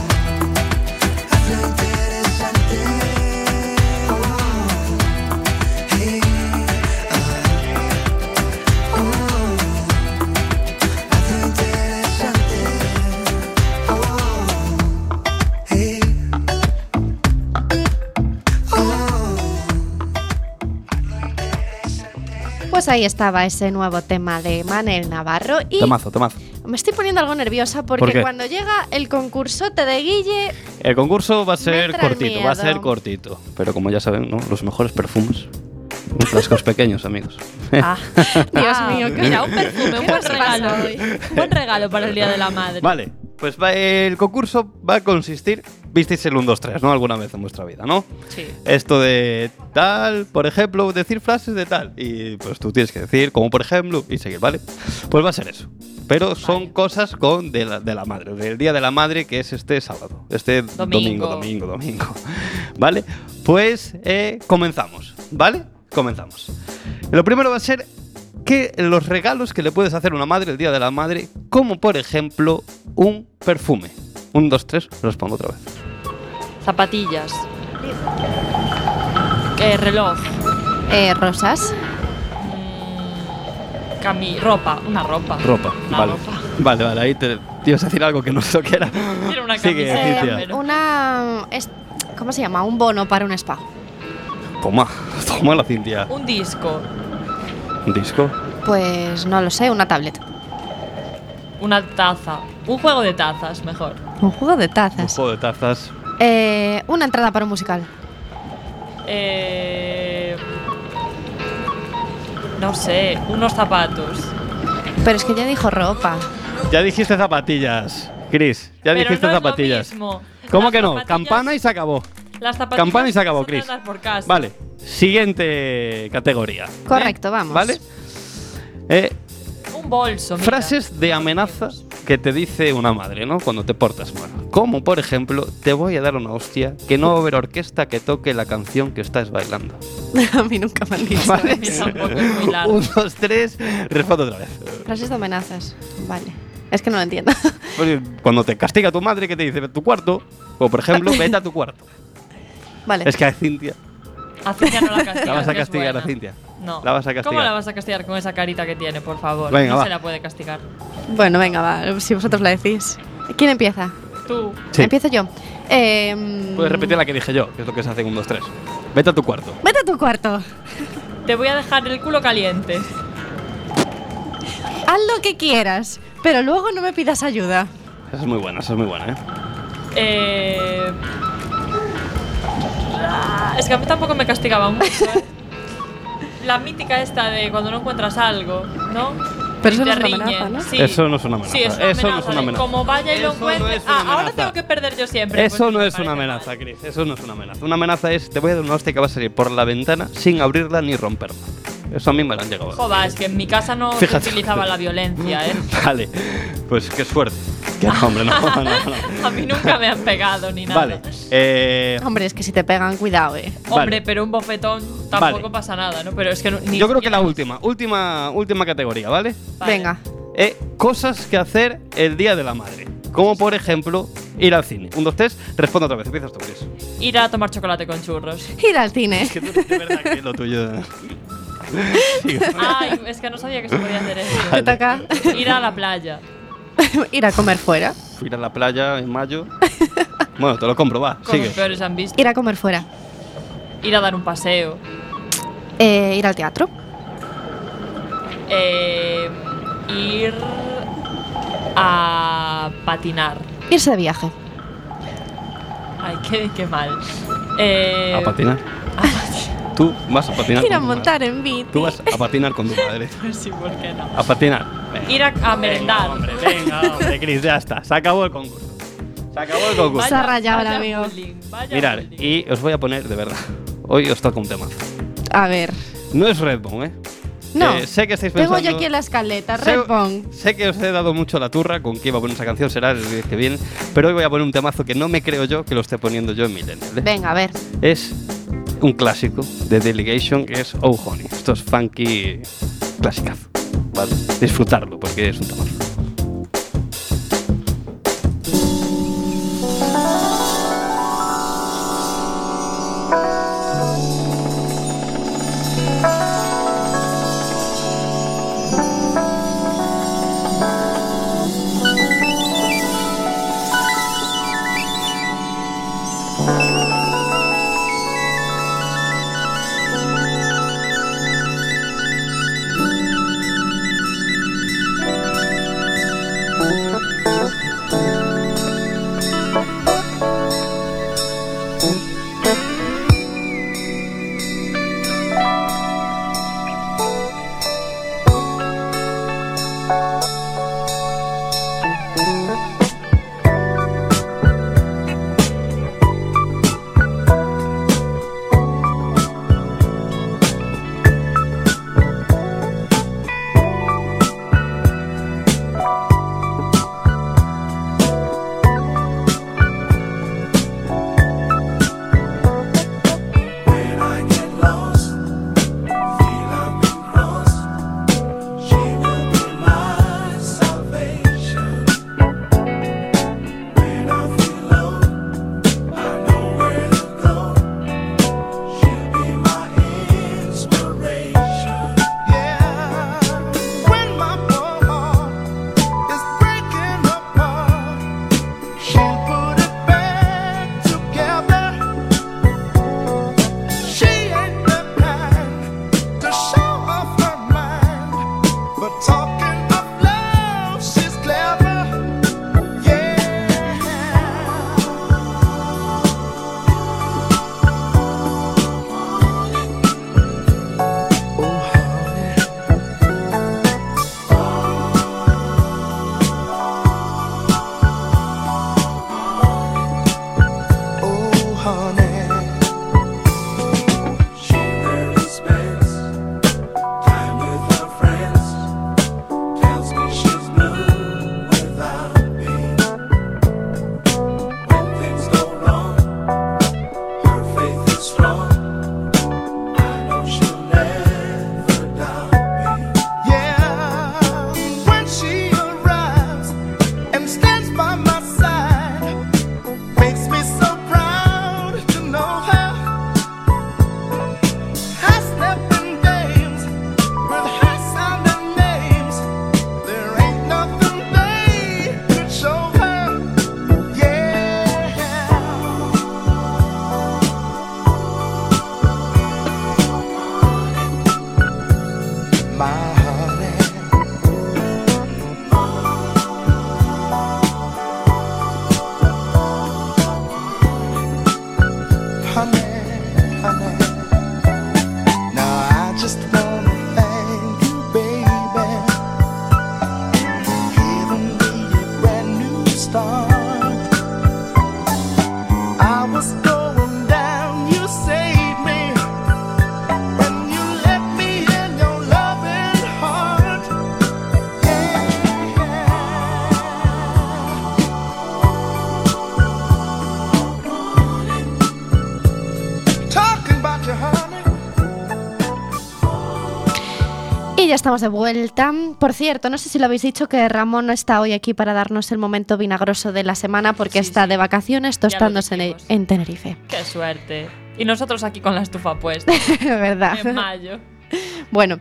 S5: Oh, hazlo interesante. Oh, hey. Ah. Oh, hazlo interesante. Oh. Hey. Oh.
S3: Pues ahí estaba ese nuevo tema de Manel Navarro. Y
S2: Tomazo, tomazo.
S3: me estoy poniendo algo nerviosa porque
S2: qué?
S3: cuando llega el concursote de Guille,
S2: El concurso va a ser
S3: entra el
S2: cortito, va a ser
S3: miedo.
S2: cortito. Pero como ya saben, ¿no? Los mejores perfumes. Los
S3: [laughs]
S2: frascos pequeños, amigos.
S1: Ah,
S3: Dios
S1: ah,
S3: mío,
S1: [laughs]
S3: qué-
S1: mira, un perfume, un
S3: ¿Qué
S1: buen
S3: nos pasa
S1: regalo.
S3: hoy?
S1: Un buen regalo para el Día de la Madre.
S2: Vale, pues va- el concurso va a consistir. Visteis el 1, 2, 3, ¿no? Alguna vez en vuestra vida, ¿no?
S1: Sí.
S2: Esto de tal, por ejemplo, decir frases de tal. Y pues tú tienes que decir, como por ejemplo, y seguir, ¿vale? Pues va a ser eso. Pero son cosas con de la, de la madre, del día de la madre que es este sábado. Este domingo,
S1: Domingo.
S2: domingo, domingo. ¿Vale? Pues eh, comenzamos, ¿vale? Comenzamos. Lo primero va a ser que los regalos que le puedes hacer a una madre el día de la madre, como por ejemplo un perfume. Un, dos, tres, respondo otra vez.
S1: Zapatillas. Eh, reloj.
S3: eh, rosas.
S1: Mm, Cami ropa. Una ropa.
S2: Ropa,
S1: Una
S2: vale.
S1: ropa.
S2: Vale, vale, ahí te te ibas a decir algo que no sé lo que era.
S1: Era una
S2: Sigue,
S1: camiseta,
S2: Cintia.
S1: pero-
S3: eh, Una. es- ¿Cómo se llama? Un bono para un spa.
S2: Toma, toma la Cintia.
S1: Un disco.
S2: Un disco.
S3: Pues no lo sé, una tablet.
S1: Una taza. Un juego de tazas, mejor.
S3: Un juego de
S2: Un
S3: tazas.
S2: juego de tazas.
S3: Eh, una entrada para un musical.
S1: Eh, no sé. Unos zapatos.
S3: Pero es que ya dijo ropa.
S2: Ya dijiste zapatillas, Chris. Ya
S1: Pero
S2: dijiste
S1: no es lo
S2: zapatillas.
S1: mismo.
S2: ¿Cómo
S1: Las
S2: que no?
S1: zapatillas-
S2: Campana y se acabó.
S1: Las zapatillas.
S2: Campana y se acabó,
S1: son de
S2: Chris.
S1: andar por casa.
S2: Vale, siguiente categoría.
S3: Correcto,
S2: ¿eh?
S3: vamos.
S2: ¿Vale? Eh,
S1: Un bolso. mira.
S2: frases de amenaza que te dice una madre, ¿no? Cuando te portas mal. Como, por ejemplo, te voy a dar una hostia que no va a haber orquesta que toque la canción que estás bailando.
S3: [laughs] a mí nunca me han dicho
S2: [laughs] ¿Vale?
S3: eso.
S1: Tampoco es muy largo.
S2: Un, dos, tres, respondo otra vez.
S3: Frases de amenazas. Vale. Es que no lo entiendo.
S2: Oye, Pues Cuando te castiga tu madre, que te dice? "Ve a Tu cuarto. O, por
S1: [laughs]
S2: ejemplo, vete a tu cuarto.
S3: [laughs] Vale.
S2: Es que a Cintia
S1: A Cintia
S2: [laughs]
S1: no la castigas.
S2: La vas a
S1: no es
S2: castigar
S1: buena.
S2: a Cintia.
S1: No.
S2: La vas a
S1: ¿Cómo
S2: castigar.
S1: la vas a castigar con esa carita que tiene, por favor?
S2: Venga,
S1: no
S2: va.
S1: se la puede castigar.
S3: Bueno, venga, va. Si vosotros la decís. ¿Quién empieza?
S1: Tú.
S2: Sí.
S3: Empiezo yo. Em,
S2: Puedes repetir la que dije yo, que es lo que se hace en un, dos, tres. Vete a tu cuarto.
S3: Vete a tu cuarto.
S1: Te voy a dejar el culo caliente.
S3: Haz lo que quieras, pero luego no me pidas ayuda.
S2: Esa es muy buena, esa es muy buena, ¿eh?
S1: Eh... ah, Es que a mí tampoco me castigaba mucho. ¿eh? La mítica esta de cuando no encuentras algo, ¿no?
S3: Pero
S1: Y te
S3: eso no es una
S1: riñen.
S3: amenaza, ¿no?
S1: Sí.
S2: Eso no es una amenaza.
S1: Sí, es una
S2: Eso no es
S1: amenaza
S2: una
S1: de
S2: amenaza.
S1: Como vaya y lo
S2: Eso no es
S1: encuentre.
S2: una
S1: ah, ahora
S2: amenaza.
S1: tengo que perder yo siempre.
S2: eso
S1: Pues
S2: no
S1: me
S2: es una
S1: parece
S2: amenaza,
S1: mal.
S2: Chris. Eso no es una amenaza. Una amenaza es te voy a dar una hostia que va a salir por la ventana sin abrirla ni romperla. Eso a mí me lo han llegado. a decir.
S1: Joba, es que en mi casa no se
S2: Fíjate.
S1: utilizaba la violencia, ¿eh?
S2: Vale, pues qué suerte. Que no, hombre, no, no, no.
S1: [laughs] A mí nunca me han pegado ni nada. pues.
S2: Vale. Eh,
S3: Hombre, es que si te pegan, cuidado, eh.
S1: Hombre,
S2: Vale.
S1: pero un bofetón tampoco
S2: Vale.
S1: pasa nada, ¿no? Pero es que no- ni
S2: yo creo que la
S1: siquiera-
S2: última, última, última categoría, ¿vale?
S1: Vale.
S3: Venga.
S2: Eh, cosas que hacer el día de la madre. Como por ejemplo, ir al cine. Un, dos, tres, responde otra vez. Empiezas tú, Chris.
S1: Ir a tomar chocolate con churros.
S3: Ir al cine.
S2: Que tú, de verdad que lo tuyo. ¿eh?
S1: Ay, es que no sabía que se podía hacer
S2: [laughs]
S3: Te
S1: eso.
S3: toca [laughs]
S1: Ir a la playa.
S3: ir a comer fuera.
S2: Ir a la playa en mayo. [laughs] Bueno, te lo compro, va.
S1: Como
S2: Sigue.
S1: los peores han visto.
S3: Ir a comer fuera.
S1: Ir a dar un paseo.
S3: Eh, ir al teatro.
S1: Eh, ir a patinar.
S3: Irse de viaje.
S1: Ay, qué, qué mal. Eh,
S2: A patinar.
S1: [laughs] a patinar.
S2: Tú vas a patinar.
S3: Ir a
S2: con tu
S3: montar
S2: madre.
S3: en bici.
S2: Tú vas a patinar con tu madre.
S1: sí, ¿por qué no?
S2: A patinar. Venga.
S1: Ir a, a merendar. [laughs]
S2: Hombre, venga, hombre, Chris, ya está. Se acabó el concurso. Se acabó el concurso.
S3: Se ha rayado el
S1: vaya
S3: amigo.
S1: bullying, vaya
S2: Mirad,
S1: bullying.
S2: y os voy a poner, de verdad, hoy os toca un tema.
S3: A ver.
S2: No es Redbone, ¿eh?
S3: No.
S2: Eh, sé que estáis
S3: Tengo
S2: pensando...
S3: yo aquí en la escaleta,
S2: Sé-
S3: Redbone.
S2: Sé que os he dado mucho la turra con que iba a poner esa canción, será el viernes que viene, pero hoy voy a poner un temazo que no me creo yo que lo esté poniendo yo en Millennial. ¿eh?
S3: Venga, a ver.
S2: Es un clásico de Delegation que es Oh Honey. Esto es funky clasicazo, ¿vale? Disfrutarlo porque es un temazo.
S5: I Oh, Oh,
S3: ya estamos de vuelta. Por cierto, no sé si lo habéis dicho que Ramón no está hoy aquí para darnos el momento vinagroso de la semana porque
S1: Sí,
S3: está
S1: sí.
S3: de vacaciones
S1: lo
S3: tostándose en,
S1: dijimos.
S3: en Tenerife. [laughs]
S1: Qué suerte. Y nosotros aquí con la estufa puesta.
S3: ¿Verdad?
S1: en mayo.
S3: Bueno,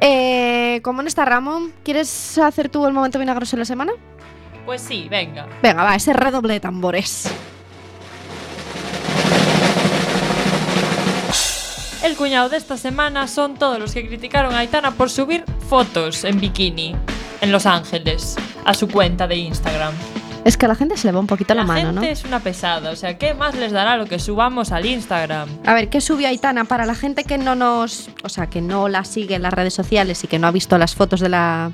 S3: eh, como no está Ramón, ¿quieres hacer tú el momento vinagroso de la semana?
S1: Pues sí, venga.
S3: Venga, va, ese redoble de tambores.
S1: El cuñado de esta semana son todos los que criticaron a Aitana por subir fotos en bikini en Los Ángeles a su cuenta de Instagram.
S3: Es que a la gente se le va un poquito la,
S1: la
S3: mano,
S1: gente es una pesada, o sea, ¿qué más les dará lo que subamos al Instagram?
S3: ¿no? A ver, ¿qué subió Aitana para la gente que no nos. O sea, que no la sigue en las redes sociales y que no ha visto las fotos de la,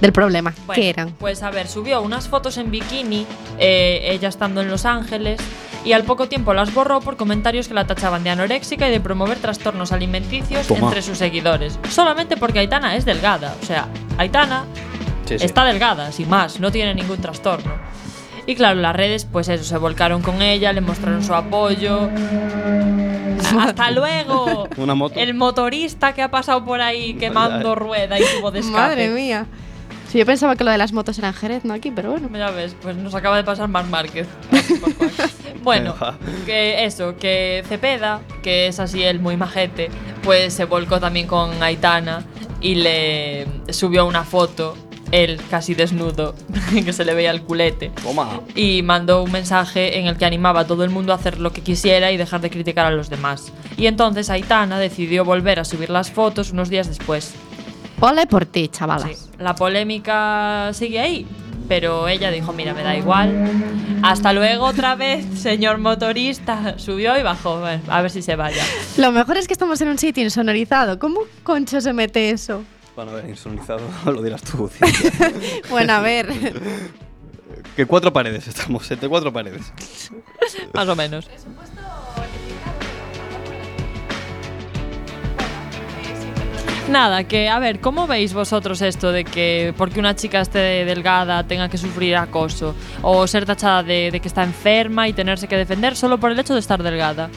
S3: del problema?
S1: Bueno,
S3: ¿Qué eran?
S1: Pues a ver, subió unas fotos en bikini, eh, ella estando en Los Ángeles, y al poco tiempo las borró por comentarios que la tachaban de anoréxica y de promover trastornos alimenticios
S2: Toma.
S1: entre sus seguidores. Solamente porque Aitana es delgada, o sea, Aitana
S2: Sí, sí.
S1: está delgada, sin más, no tiene ningún trastorno. Y claro, las redes, pues eso, se volcaron con ella, le mostraron su apoyo.
S3: [laughs]
S1: ¡Hasta luego!
S2: Una moto.
S1: El motorista que ha pasado por ahí quemando rueda y
S3: [laughs]
S1: tubo de escape.
S3: Madre mía. Sí, yo pensaba que lo de las motos era en Jerez, no aquí, pero bueno.
S1: Ya ves, pues nos acaba de pasar Mar Márquez.
S2: [laughs]
S1: bueno,
S2: Venga.
S1: que eso, que Cepeda, que es así el muy majete, pues se volcó también con Aitana y le subió una foto, él casi desnudo, [laughs] que se le veía el culete.
S2: Toma.
S1: Y mandó un mensaje en el que animaba a todo el mundo a hacer lo que quisiera y dejar de criticar a los demás. Y entonces Aitana decidió volver a subir las fotos unos días después.
S3: Ole por ti, chavala.
S1: Sí, la polémica sigue ahí, pero ella dijo, mira, me da igual. Hasta luego otra vez, señor motorista. Subió y bajó, Bueno, a ver si se vaya. [laughs]
S3: Lo mejor es que estamos en un sitio insonorizado. ¿Cómo concho se mete eso?
S2: Van a ver, insonorizado, [laughs] lo dirás tú. Cintia.
S3: Bueno,
S1: [laughs]
S3: a ver. [laughs]
S2: que cuatro paredes estamos, entre cuatro paredes.
S1: Más o menos. Nada, que a ver, ¿cómo veis vosotros esto de que porque una chica esté delgada tenga que sufrir acoso o ser tachada de, de que está enferma y tenerse que defender solo por el hecho de estar delgada?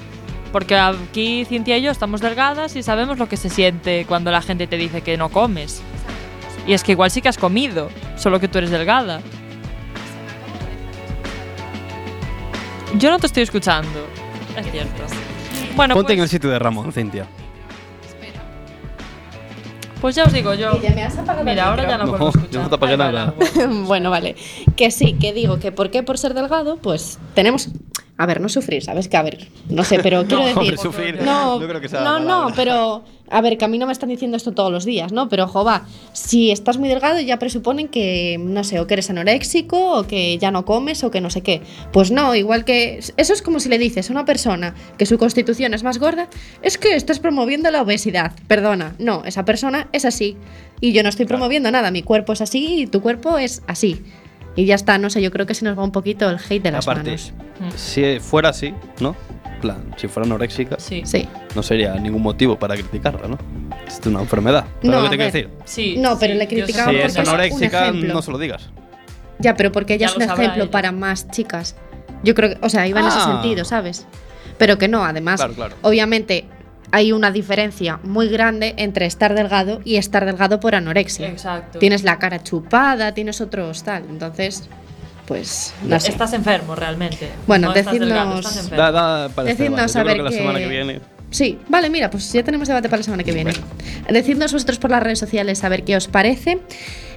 S1: Porque aquí Cintia y yo estamos delgadas y sabemos lo que se siente cuando la gente te dice que no comes. Y es que igual sí que has comido, solo que tú eres delgada. Yo no te estoy escuchando. Es cierto. Bueno,
S2: Ponte en el
S1: pues,
S2: sitio de Ramón, Cintia.
S1: pues ya os digo yo.
S3: me has apagado
S1: Ah, Mira, ahora ya no
S2: No,
S1: puedo
S2: [laughs]
S1: escuchar.
S2: yo no te apagué
S1: Ahí va el
S2: nada.
S1: agua.
S3: bueno, vale. Que sí, que digo que por qué por ser delgado, pues tenemos. A ver, no sufrir, ¿sabes? Que a ver, no sé,
S1: [laughs]
S3: pero quiero
S1: No,
S3: decir.
S2: Hombre, sufrir. [laughs]
S3: No,
S2: no creo que sea la
S3: no, no,
S2: palabra.
S3: pero a ver, que a mí no me están diciendo esto todos los días, ¿no? Pero jova, si estás muy delgado ya presuponen que, no sé, o que eres anoréxico, o que ya no comes, o que no sé qué. Pues no, igual que... Eso es como si le dices a una persona que su constitución es más gorda, es que estás promoviendo la obesidad. Perdona, no, esa persona es así. Y yo no estoy promoviendo nada, mi cuerpo es así y tu cuerpo es así. Y ya está, no sé, yo creo que se nos va un poquito el hate de las
S2: Aparte, mm.
S3: manos.
S2: si fuera así, ¿no? En plan, si fuera anoréxica,
S1: Sí.
S3: Sí.
S2: no sería ningún motivo para criticarla, ¿no? Es una enfermedad. ¿Sabes lo
S3: No,
S2: que
S3: a
S2: te quiero
S3: ver.
S2: decir?
S1: Sí,
S3: No, pero
S1: sí,
S3: le
S1: yo
S3: criticaban
S1: sé.
S2: Si
S3: porque
S2: es
S3: es un
S2: anoréxica,
S3: ejemplo.
S2: no se lo digas.
S3: Ya, pero porque ella
S1: Ya
S3: es
S1: lo
S3: un
S1: sabrá
S3: ejemplo
S1: ella.
S3: para más chicas. Yo creo que, o sea, iba en ese
S2: Ah.
S3: sentido, ¿sabes? Pero que no, además,
S2: Claro, claro.
S3: obviamente hay una diferencia muy grande entre estar delgado y estar delgado por anorexia.
S1: Exacto.
S3: Tienes la cara chupada, tienes otros tal. Entonces, pues, no sé.
S1: Estás enfermo realmente.
S3: Bueno,
S1: no estás
S3: decidnos-
S1: delgado, estás enfermo.
S2: Da, da para este debate.
S3: Decidnos
S2: Yo
S3: a
S2: creo
S3: ver
S2: que la
S3: qué-
S2: semana que viene.
S3: Sí, vale, mira, pues ya tenemos debate para la semana que viene. Decidnos vosotros por las redes sociales a ver qué os parece.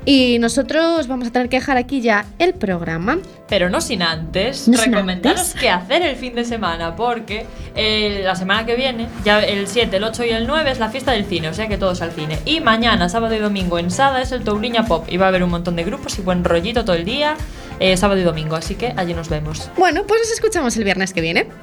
S3: Y nosotros vamos a tener que dejar aquí ya el programa.
S1: Pero no sin antes
S3: No sin
S1: recomendaros
S3: antes.
S1: qué hacer el fin de semana, porque eh, la semana que viene, ya el 7, el 8 y el 9 es la fiesta del cine, o sea que todos al cine. Y mañana, sábado y domingo en Sada es el Touriña Pop y va a haber un montón de grupos y buen rollito todo el día, eh, sábado y domingo, así que allí nos vemos.
S3: Bueno, pues nos escuchamos el viernes que viene.